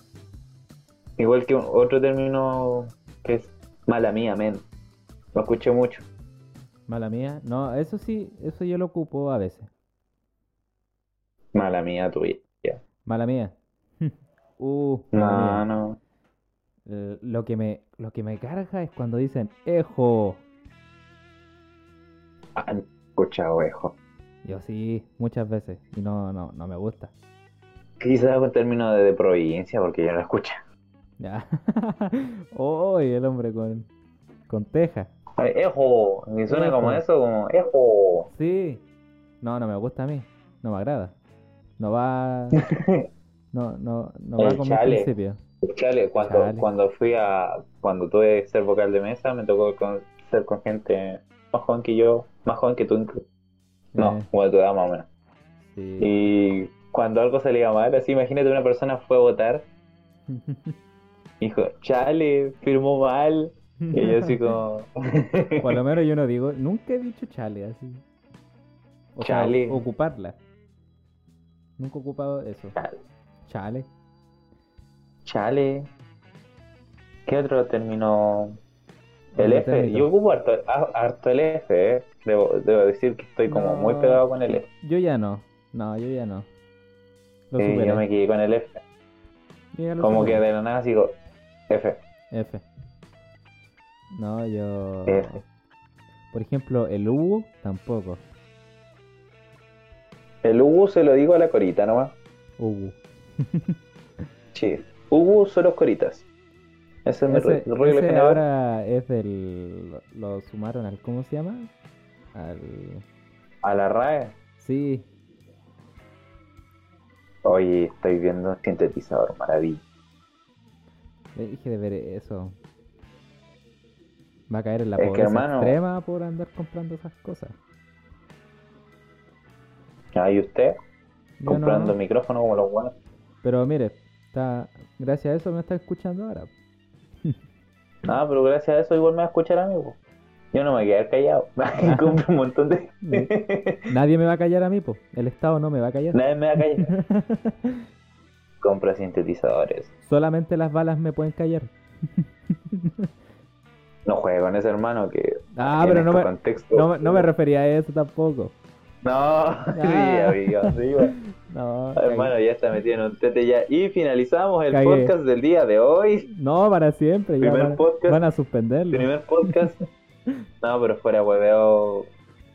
B: Igual que un- otro término que es mala mía, men. Lo escuché mucho.
A: Mala mía. No, eso sí, eso yo lo ocupo a veces.
B: Mala mía tuya.
A: Mala mía. uh, mala mía.
B: No, no.
A: Eh, Lo que me, lo que me carga es cuando dicen ejo.
B: Ah, he escuchado, hijo.
A: Yo sí, muchas veces. Y no, no, no me gusta.
B: Quizás un término de, de providencia porque yo no lo escuché.
A: Ya. Oh, y el hombre con, con teja.
B: Ay, Eh, Ejo, me suena
A: Ejo.
B: como eso, como ejo.
A: Sí. No, no me gusta a mí. No me agrada. No va. No, no, no va
B: Ay,
A: con
B: chale.
A: mis principios.
B: Chale, cuando,
A: Chale.
B: cuando fui a. Cuando tuve que ser vocal de mesa, me tocó con- ser con gente más joven que yo, más joven que tú. inclu- No,
A: Eh,
B: como de tu edad más o menos.
A: sí.
B: Y cuando algo salía mal, así imagínate una persona fue a votar y dijo, chale, firmó mal. Y yo así como,
A: Por lo menos yo no digo, nunca he dicho chale así. O sea,
B: Chale.
A: ocuparla. Nunca he ocupado eso. Chale.
B: chale. ¿Qué otro término? El
A: Otro
B: F.
A: término.
B: Yo ocupo harto, a- harto el F, eh. Debo, debo decir que estoy como muy
A: No.
B: pegado con el F.
A: Yo ya no. No, yo ya no. Lo
B: Sí,
A: superé.
B: yo me quedé con el F.
A: Yo ya lo
B: Como que
A: superé.
B: de la nada digo, F.
A: F. No, yo.
B: F.
A: Por ejemplo, el U tampoco.
B: El Ubu se lo digo a la corita nomás.
A: U.
B: Sí. Ubu son los coritas. Ese es mi
A: Ese,
B: re- regla
A: ese
B: general.
A: ahora es del. Lo, lo sumaron al. ¿Cómo se llama? Al.
B: A la RAE.
A: Sí,
B: Oye, estoy viendo un sintetizador maravilloso.
A: Dije de ver eso. Va a caer en la
B: Es que,
A: pobreza
B: hermano-
A: extrema por andar comprando esas cosas.
B: Ahí usted,
A: Yo no-
B: comprando micrófono como los buenos.
A: Pero mire, está, gracias a eso me está escuchando ahora.
B: Ah, pero gracias a eso igual me va a escuchar a mí, po. Yo no me voy a quedar callado.
A: Ah.
B: Compro un montón de...
A: Nadie me va a callar a mí, po. El Estado no me va a callar.
B: Nadie me va a callar. Compra sintetizadores.
A: Solamente las balas me pueden callar.
B: No juegue con ese hermano que...
A: Ah,
B: en
A: pero no
B: este
A: me,
B: contexto-
A: no, me- no me refería a eso tampoco.
B: No, sí,
A: Ah.
B: amigo, sí, bueno.
A: No,
B: Ah, Hermano, ya está metido en un tete ya. Y finalizamos el
A: Cagué.
B: podcast del día de hoy.
A: cagué. No, para siempre. ya
B: Primer
A: van,
B: podcast.
A: van a suspenderlo.
B: Primer podcast. No, pero fuera hueveo.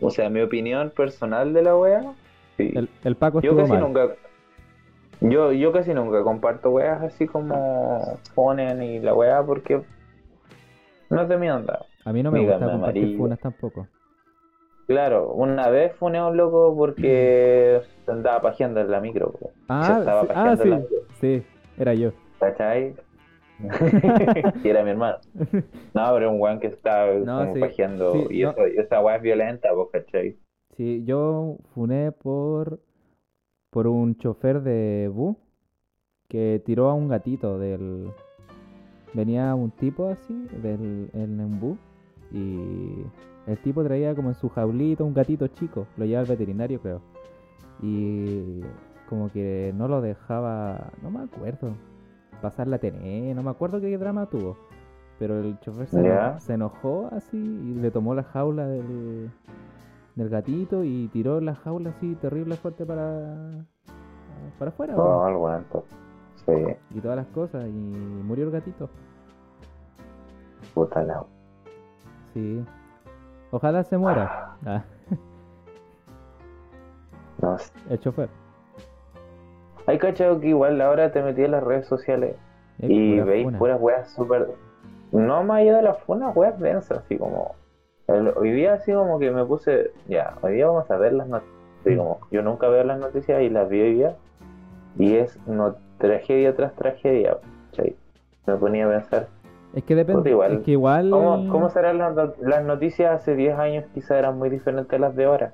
B: O sea, mi opinión personal de la wea. Sí.
A: El, el Paco
B: Yo
A: Pues estuvo
B: casi
A: mal.
B: nunca. Yo, yo casi nunca comparto weas así como ponen y la wea porque no es de mi onda.
A: A mí no me
B: Dígame,
A: gusta compartir
B: amarillo.
A: funas tampoco.
B: Claro, una vez funé a un loco porque
A: Mm.
B: se andaba pajeando en la micro. po. Se
A: Ah,
B: estaba
A: sí, ah,
B: pajeando en la
A: sí,
B: micro.
A: sí, era yo.
B: ¿Cachai? y era mi hermano. No, pero un weón que estaba
A: No,
B: como
A: sí,
B: pajeando.
A: sí,
B: y
A: no.
B: eso, y esa weá es violenta, pues, ¿cachai?
A: Sí, yo funé por, por un chofer de bus que tiró a un gatito del... Venía un tipo así del, en un bus y el tipo traía como en su jaulita un gatito chico, lo llevaba al veterinario creo. Y como que no lo dejaba, no me acuerdo, pasar la TNE, no me acuerdo qué drama tuvo. Pero el chofer se, eno-
B: Ya.
A: se enojó así y le tomó la jaula del, del gatito y tiró la jaula así terrible fuerte para para afuera weón,
B: No, el weón, pues, Sí,
A: y todas las cosas y murió el gatito
B: puta la.
A: sí ojalá se muera Ah,
B: No sé.
A: el chofer
B: Hay cachado que igual ahora te metí en las redes sociales
A: Eh,
B: y
A: pura
B: veis
A: funa.
B: puras weas súper. No más allá de las funas, weas densas, así como. el- hoy día, así como que me puse. Ya, hoy día vamos a ver las noticias. Así como, yo nunca veo las noticias y las vi hoy día. Y es no, tragedia tras tragedia, ¿cachai? Me ponía a pensar.
A: es que depende
B: puta, igual.
A: es que igual
B: ¿Cómo, cómo serán las, no- las noticias hace 10 años? Quizás eran muy diferentes a las de ahora.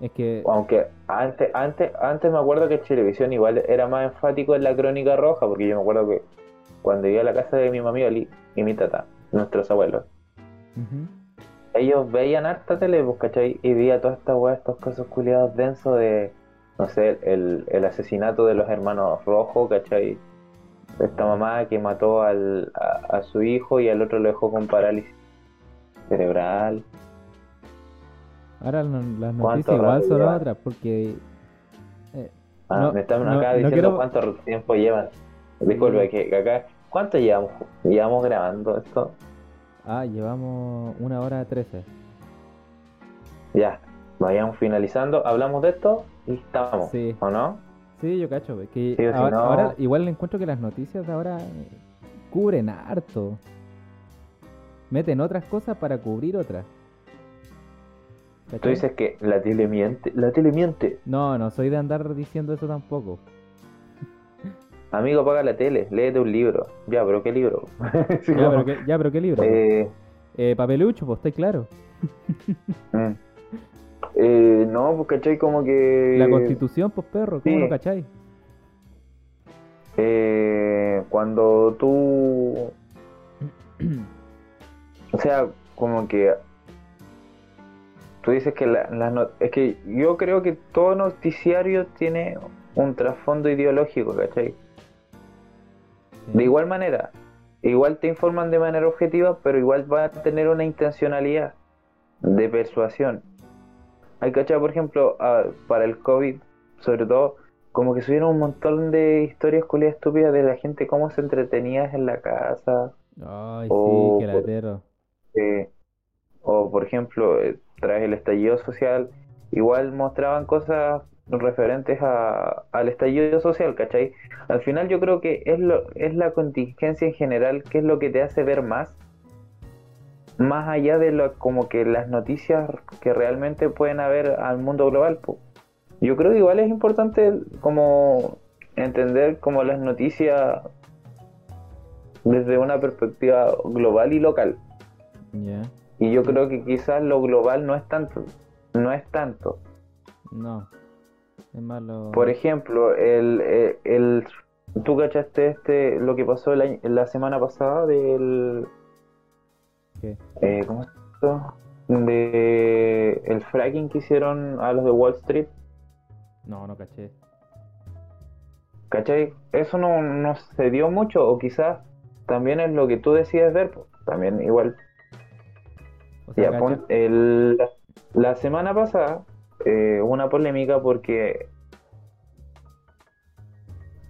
A: es que
B: Aunque antes, antes, antes me acuerdo que televisión igual era más enfático en la crónica roja, porque yo me acuerdo que cuando iba a la casa de mi mami Oli y mi tata, nuestros abuelos,
A: ujú.
B: ellos veían harta tele, pues, ¿cachai? Y veía toda esta weá, estos casos culiados densos de, no sé, el, el asesinato de los hermanos Rojo, ¿cachai? Esta mamá que mató al, a, a su hijo y al otro lo dejó con parálisis cerebral.
A: ahora no- las
B: ¿Cuánto
A: noticias igual
B: rato
A: son
B: lleva?
A: otras porque
B: Ah,
A: No,
B: me están
A: no, no
B: acá diciendo
A: quiero- Mm.
B: cuánto tiempo llevan. Disculpe, que, que acá. ¿Cuánto llevamos? Llevamos grabando esto.
A: ah llevamos una hora trece
B: Ya, vayamos finalizando. Hablamos de esto y estamos.
A: Sí.
B: ¿O no?
A: sí yo cacho es que
B: Sí, o si
A: ahora,
B: no-
A: ahora igual le encuentro que las noticias de ahora eh, cubren harto meten otras cosas para cubrir otras
B: Tú
A: ¿Cachai?
B: dices que la tele miente. La tele miente.
A: No, no soy de andar diciendo eso tampoco.
B: Amigo, apaga la tele. Léete un libro. Ya, pero ¿qué libro? Sí,
A: Ya,
B: como-
A: Ah, pero qué, ya, pero qué libro. Eh,
B: Eh,
A: papelucho, pues estoy claro.
B: mm. Eh, no, pues cachai, como que.
A: La constitución, pues perro, ¿cómo
B: sí.
A: lo cacháis?
B: eh, cuando tú. O sea, como que. Tú dices que la- las no- Es que yo creo que todo noticiario tiene un trasfondo ideológico, ¿cachai? De igual manera. Igual te informan de manera objetiva, pero igual va a tener una intencionalidad de persuasión. Hay cachado, por ejemplo, ah, para el COVID, sobre todo, como que subieron un montón de historias culiadas estúpidas de la gente, cómo se entretenía en la casa.
A: Ay,
B: Oh,
A: sí, qué latero.
B: Eh, o por ejemplo, eh, tras el estallido social, igual mostraban cosas referentes a, al estallido social, ¿cachai? Al final yo creo que es, lo, es la contingencia en general que es lo que te hace ver más, más allá de lo, como que las noticias que realmente pueden haber al mundo global. po. Yo creo que igual es importante como entender como las noticias desde una perspectiva global y local.
A: Ya.
B: Y yo creo que quizás lo global no es tanto, no es tanto.
A: No. Es malo.
B: Por ejemplo, el, el, el- tú cachaste este lo que pasó el año- la semana pasada del
A: ¿Qué?
B: eh, ¿cómo es esto? de el fracking que hicieron a los de Wall Street,
A: No, no caché.
B: ¿cachai? Eso no, no se dio mucho, o quizás también es lo que tú decides ver, pues, también igual
A: O sea,
B: Ya,
A: caché-
B: pon- el- la- la semana pasada eh, hubo una polémica porque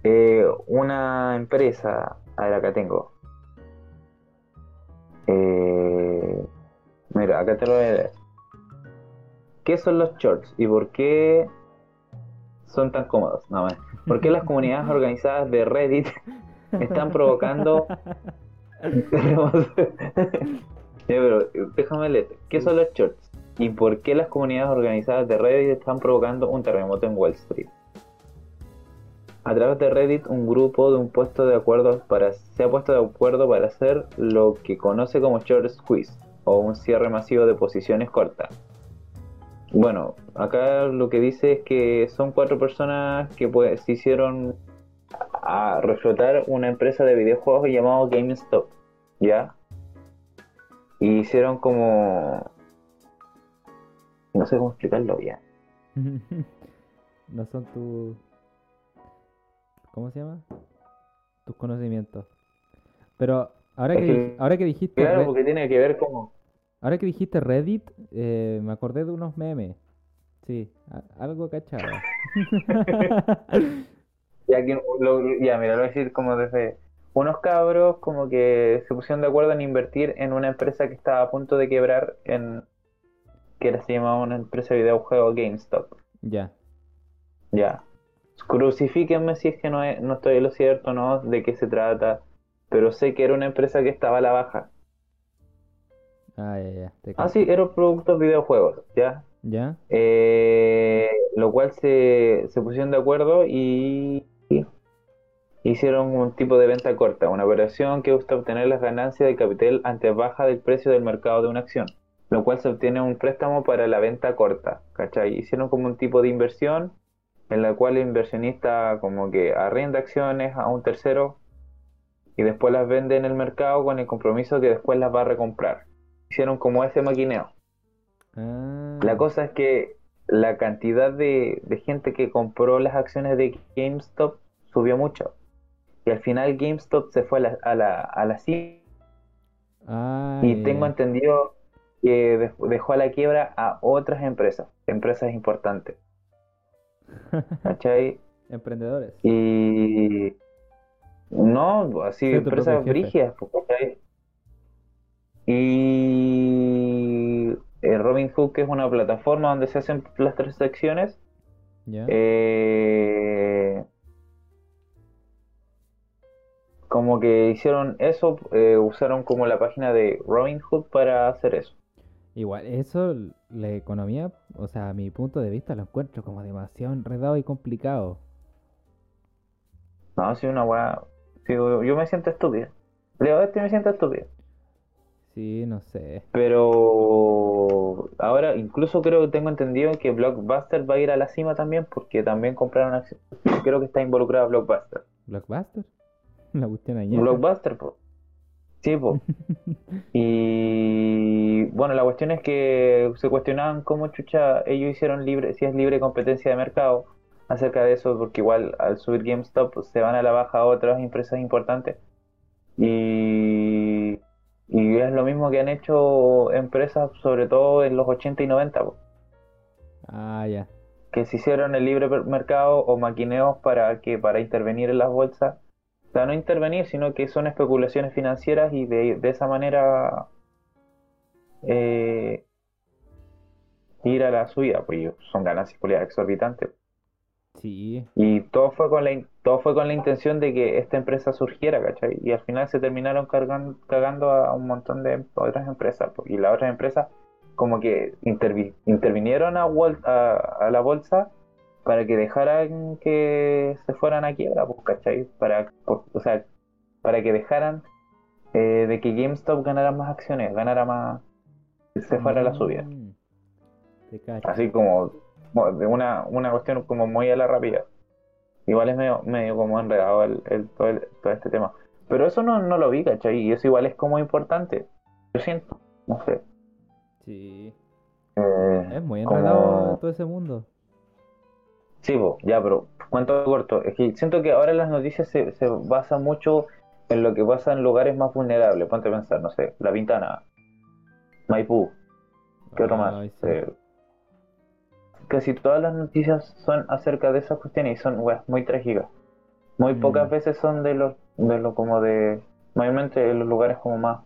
B: eh, una empresa, a ver, acá tengo. Eh, mira, acá te lo voy a leer. ¿Qué son los shorts y por qué son tan cómodos? No, man. ¿Por qué las comunidades organizadas de Reddit están provocando Ya, pero eh, déjame leer. ¿Qué son los shorts? ¿Y por qué las comunidades organizadas de Reddit están provocando un terremoto en Wall Street? A través de Reddit, un grupo de un puesto de acuerdo para, se ha puesto de acuerdo para hacer lo que conoce como short squeeze o un cierre masivo de posiciones cortas. Bueno, acá lo que dice es que son cuatro personas que pues, se hicieron a reflotar una empresa de videojuegos llamada GameStop, ¿ya? Y hicieron como... No sé cómo explicarlo bien.
A: no son tus. ¿Cómo se llama? Tus conocimientos. Pero ahora que,
B: Es
A: dij-
B: que-
A: ahora que dijiste
B: Claro,
A: Red-
B: porque tiene que ver como...
A: ahora que dijiste Reddit, eh, me acordé de unos memes. Sí, a- algo cachaba.
B: Ya, que lo- ya, mira, lo voy a decir como desde... Unos cabros como que se pusieron de acuerdo en invertir en una empresa que estaba a punto de quebrar en... Que era, se llamaba una empresa de videojuegos GameStop.
A: ya.
B: Ya. Crucifíquenme si es que no, he- no estoy en lo cierto, ¿no? De qué se trata. Pero sé que era una empresa que estaba a la baja.
A: Ah, ya, ya. te
B: Ah,
A: cacho.
B: sí, eran productos videojuegos, ¿ya?
A: ¿Ya?
B: Eh, lo cual se, se pusieron de acuerdo y hicieron un tipo de venta corta, una operación que busca obtener las ganancias del capital ante baja del precio del mercado de una acción, lo cual se obtiene un préstamo para la venta corta, ¿cachai? Hicieron como un tipo de inversión en la cual el inversionista como que arrienda acciones a un tercero y después las vende en el mercado con el compromiso que después las va a recomprar. Hicieron como ese maquineo.
A: Ah,
B: La cosa es que la cantidad de, de gente que compró las acciones de GameStop subió mucho. Y al final GameStop se fue a la, a la, a la cima.
A: ah,
B: Y
A: ya,
B: tengo
A: ya.
B: entendido que dej- dejó a la quiebra a otras empresas, empresas importantes. ¿Cachai?
A: Emprendedores.
B: Y. No, así,
A: Sí, tu
B: empresas
A: propio jefe.
B: brígidas, pues, ¿cachai? Y. eh, Robin Hood, que es una plataforma donde se hacen las transacciones.
A: ¿Ya?
B: Eh, como que hicieron eso, eh, usaron como la página de Robinhood para hacer eso.
A: Igual, eso, l- la economía, o sea, a mi punto de vista lo encuentro como demasiado enredado y complicado.
B: No, si una weá. sí, yo, yo me siento estúpido. Leo este y me siento estúpido.
A: Sí, no sé.
B: Pero ahora incluso creo que tengo entendido que Blockbuster va a ir a la cima también porque también compraron acciones. Creo que está involucrada Blockbuster.
A: ¿Blockbuster? La cuestión ¿eh? añeja.
B: Blockbuster, po. Sí, po. Y bueno, la cuestión es que se cuestionaban cómo chucha ellos hicieron libre, si es libre competencia de mercado acerca de eso, porque igual al subir GameStop pues, se van a la baja otras empresas importantes. Y, y es lo mismo que han hecho empresas, sobre todo en los 80 y 90, po,
A: Ah, ya.
B: que se hicieron el libre per- mercado o maquineos para que para intervenir en las bolsas. O sea, no intervenir, sino que son especulaciones financieras y de, de esa manera eh, ir a la suya, pues son ganancias culiadas exorbitantes.
A: Sí,
B: Y todo fue con la in- todo fue con la intención de que esta empresa surgiera, ¿cachai? Y al final se terminaron cargan- cagando a un montón de otras empresas. po. Y las otras empresas como que intervi- intervinieron a, Wall- a, a la bolsa para que dejaran que se fueran a quiebra, pues, ¿cachai? Para, por- o sea, para que dejaran eh, de que GameStop ganara más acciones, ganara más, se fuera a la subida.
A: Mm. Te cacho.
B: Así como mo- de una, una cuestión como muy a la rápida. Igual es medio, medio como enredado el, el- todo, el- todo este tema. Pero eso no, no lo vi, ¿cachai? Y eso igual es como importante. Yo siento, no sé.
A: Sí.
B: Eh,
A: Es muy
B: como-
A: enredado todo ese mundo.
B: Sí, po, ya, pero cuánto corto. Es que siento que ahora las noticias se, se basan mucho en lo que pasa en lugares más vulnerables. Ponte a pensar, no sé, La Pintana, Maipú, ¿qué otro más?
A: Ay, sí.
B: Eh, casi todas las noticias son acerca de esas cuestiones y son weas, muy trágicas. Muy
A: Mm.
B: pocas veces son de los, de lo como de, mayormente de los lugares como más,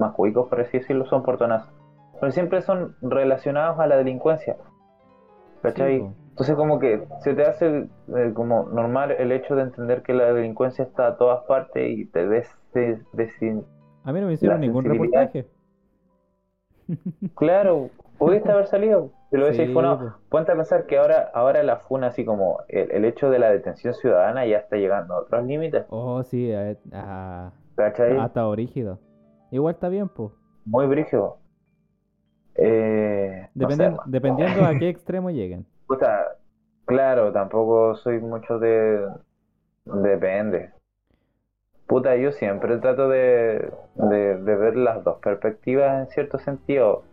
B: más cuicos, por así decirlo, son portonazos. Pero siempre son relacionados a la delincuencia. ¿Cachai?
A: Sí, po.
B: Entonces como que se te hace eh, como normal el hecho de entender que la delincuencia está a todas partes y te des, des- desin-
A: A mí no me hicieron
B: La
A: ningún
B: sensibilidad.
A: reportaje.
B: Claro, pudiste haber salido, te lo hubiese
A: Sí,
B: funado.
A: po.
B: Ponte a pensar que ahora, ahora la funa, así como el, el hecho de la detención ciudadana ya está llegando a otros límites,
A: Oh, sí, a- a-
B: ¿cachai?
A: hasta orígido. Igual está bien, po.
B: Muy brígido. Eh, no sé,
A: Dependen-
B: man.
A: dependiendo a qué extremo lleguen.
B: Puta, claro, tampoco soy mucho de... Depende. Puta, yo siempre trato de, de, de ver las dos perspectivas en cierto sentido,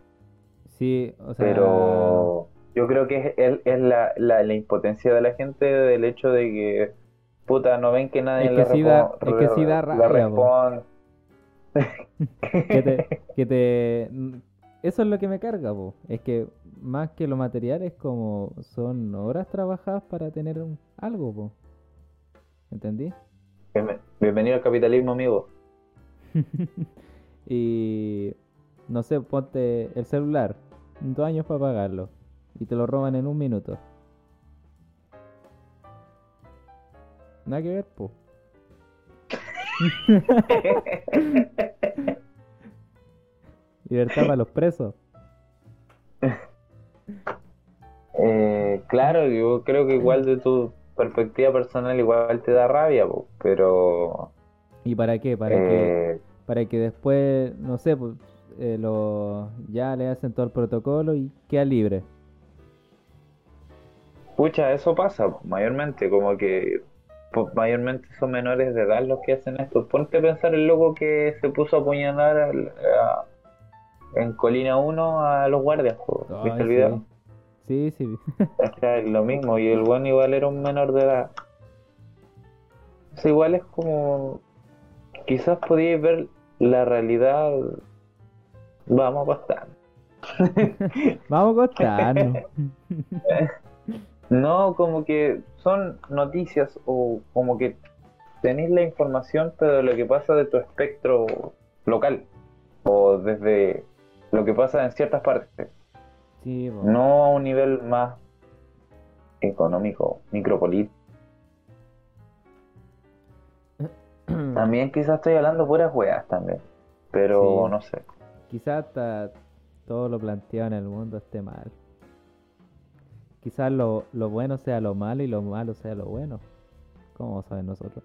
A: Sí, o sea.
B: pero yo creo que es, es- es la, la, la impotencia de la gente del hecho de que, puta, no ven que nadie
A: Es
B: le
A: que sí da-
B: repo-
A: es que sí
B: le-
A: da
B: le
A: rabia, po.
B: responde.
A: que te, que te- mm, Eso es lo que me carga, po. Es que más que lo material es como son horas trabajadas para tener un- algo, po. ¿Entendí?
B: Bienve- Bienvenido al capitalismo, amigo.
A: y no sé, ponte el celular, dos años para pagarlo y te lo roban en un minuto. Nada que ver, po. Libertad para los presos.
B: Eh, claro, yo creo que igual de tu perspectiva personal igual te da rabia, po, pero...
A: ¿Y para qué? Para que
B: eh,
A: para que después, no sé, pues, eh, lo, ya le hacen todo el protocolo y queda libre.
B: Pucha, eso pasa po, mayormente, como que po, mayormente son menores de edad los que hacen esto. Ponte a pensar el loco que se puso a apuñalar al- a- en Colina 1 a los guardias, po.
A: Ay,
B: ¿viste el video?
A: Sí, sí, sí.
B: O sea, es lo mismo, y el buen igual era un menor de edad. O sea, igual es como. Quizás podíais ver la realidad. Vamos bastante.
A: Vamos a contarnos.
B: No, como que son noticias o como que tenéis la información, pero lo que pasa de tu espectro local o desde lo que pasa en ciertas partes,
A: Sí, po.
B: no a un nivel más económico, micropolítico. También quizás estoy hablando puras weas también. Pero
A: Sí.
B: no sé.
A: Quizás hasta todo lo planteado en el mundo esté mal. Quizás lo, lo bueno sea lo malo y lo malo sea lo bueno. ¿Cómo saben nosotros?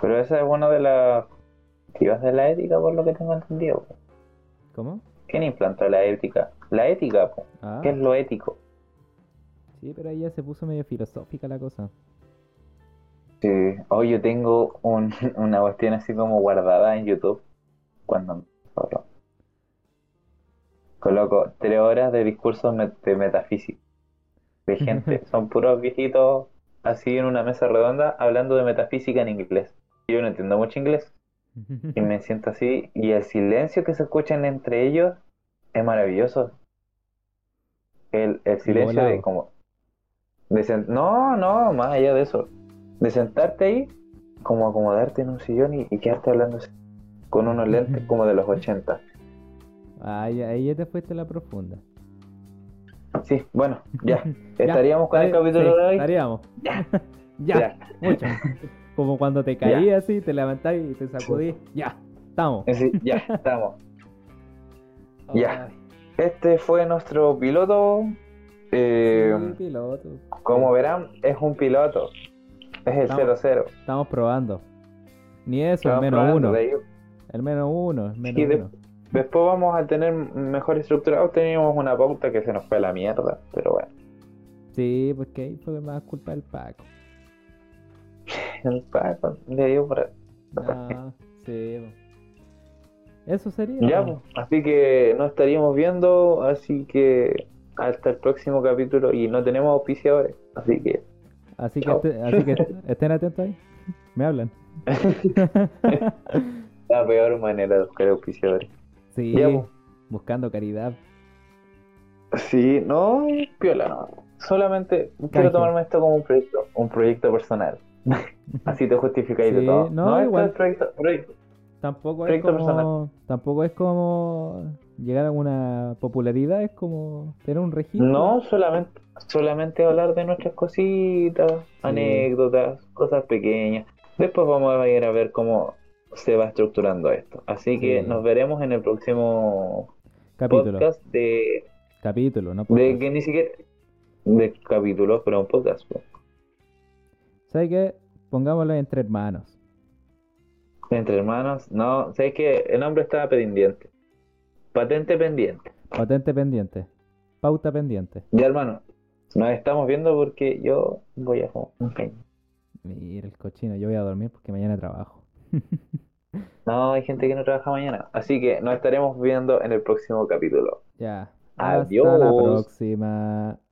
B: Pero esa es una de las activas de la ética, por lo que tengo entendido. po.
A: ¿Cómo?
B: ¿Quién implantó la ética? La ética, po.
A: Ah,
B: ¿qué es lo ético?
A: sí, pero ahí ya se puso medio filosófica la cosa.
B: Sí. Este, Hoy yo tengo un- una cuestión así como guardada en YouTube. Cuando solo. Coloco tres horas de discursos met- de metafísica. De gente, son puros viejitos así en una mesa redonda hablando de metafísica en inglés. Yo no entiendo mucho inglés. y me siento así y el silencio que se escuchan entre ellos es maravilloso el, el silencio
A: volado.
B: de como de sen- no no más allá de eso de sentarte ahí como acomodarte en un sillón y, y quedarte hablando así, con unos lentes como de los 80
A: Ay, ahí Ah, ya te fuiste a la profunda.
B: sí bueno ya
A: Ya,
B: estaríamos con el
A: está bien,
B: capítulo
A: sí,
B: de hoy
A: Estaríamos. Ya,
B: Ya.
A: mucho. Como cuando te caí así, te levantás y te sacudís. Ya, estamos.
B: eh, Sí, ya estamos Ya.
A: Ay,
B: este fue nuestro piloto eh,
A: sí, piloto.
B: como verán es un piloto es el
A: Estamos-
B: 00
A: Estamos probando. Ni eso,
B: Estamos
A: el menos
B: hablando
A: uno.
B: de ello.
A: El menos uno, el menos
B: Sí, de-
A: uno.
B: Después vamos a tener mejor estructurado. Teníamos una pauta que se nos fue a la mierda, pero bueno.
A: Sí, porque ahí fue más culpa del Paco.
B: El Paco le dio por.
A: No, sí. po. Eso sería.
B: Ya,
A: po.
B: pues. así que nos estaríamos viendo. Así que hasta el próximo capítulo. Y no tenemos auspiciadores, así que.
A: Así que,
B: Chao.
A: este- así que est- estén atentos ahí. Me hablan.
B: La peor manera de buscar auspiciadores.
A: sí,
B: Ya, po.
A: buscando caridad.
B: Sí, no, piola, no. Solamente
A: Canje.
B: quiero tomarme esto como un proyecto, un proyecto personal. Así te justificáis
A: Sí,
B: de todo.
A: no,
B: esto
A: igual.
B: es proyecto, proyecto.
A: Tampoco es
B: Proyecto
A: como.
B: personal.
A: Tampoco es como llegar a una popularidad, es como tener un registro.
B: No, solamente, solamente hablar de nuestras cositas, anécdotas, cosas pequeñas. Después vamos a ir a ver cómo se va estructurando esto. Así que
A: Sí.
B: nos veremos en el próximo
A: Capítulo.
B: podcast de,
A: Capítulo, no podcast.
B: de que ni siquiera de capítulo, pero un podcast. pues.
A: ¿Sabes qué? Pongámoslo entre hermanos.
B: Entre hermanos, no, sé que el nombre estaba pendiente. Patente pendiente.
A: Patente pendiente. Pauta pendiente.
B: Ya hermano, nos estamos viendo porque yo voy a fumar un caño.
A: Mira el cochino, yo voy a dormir porque mañana trabajo.
B: No, hay gente que no trabaja mañana. Así que nos estaremos viendo en el próximo capítulo.
A: Ya. Hasta la
B: Adiós.
A: próxima.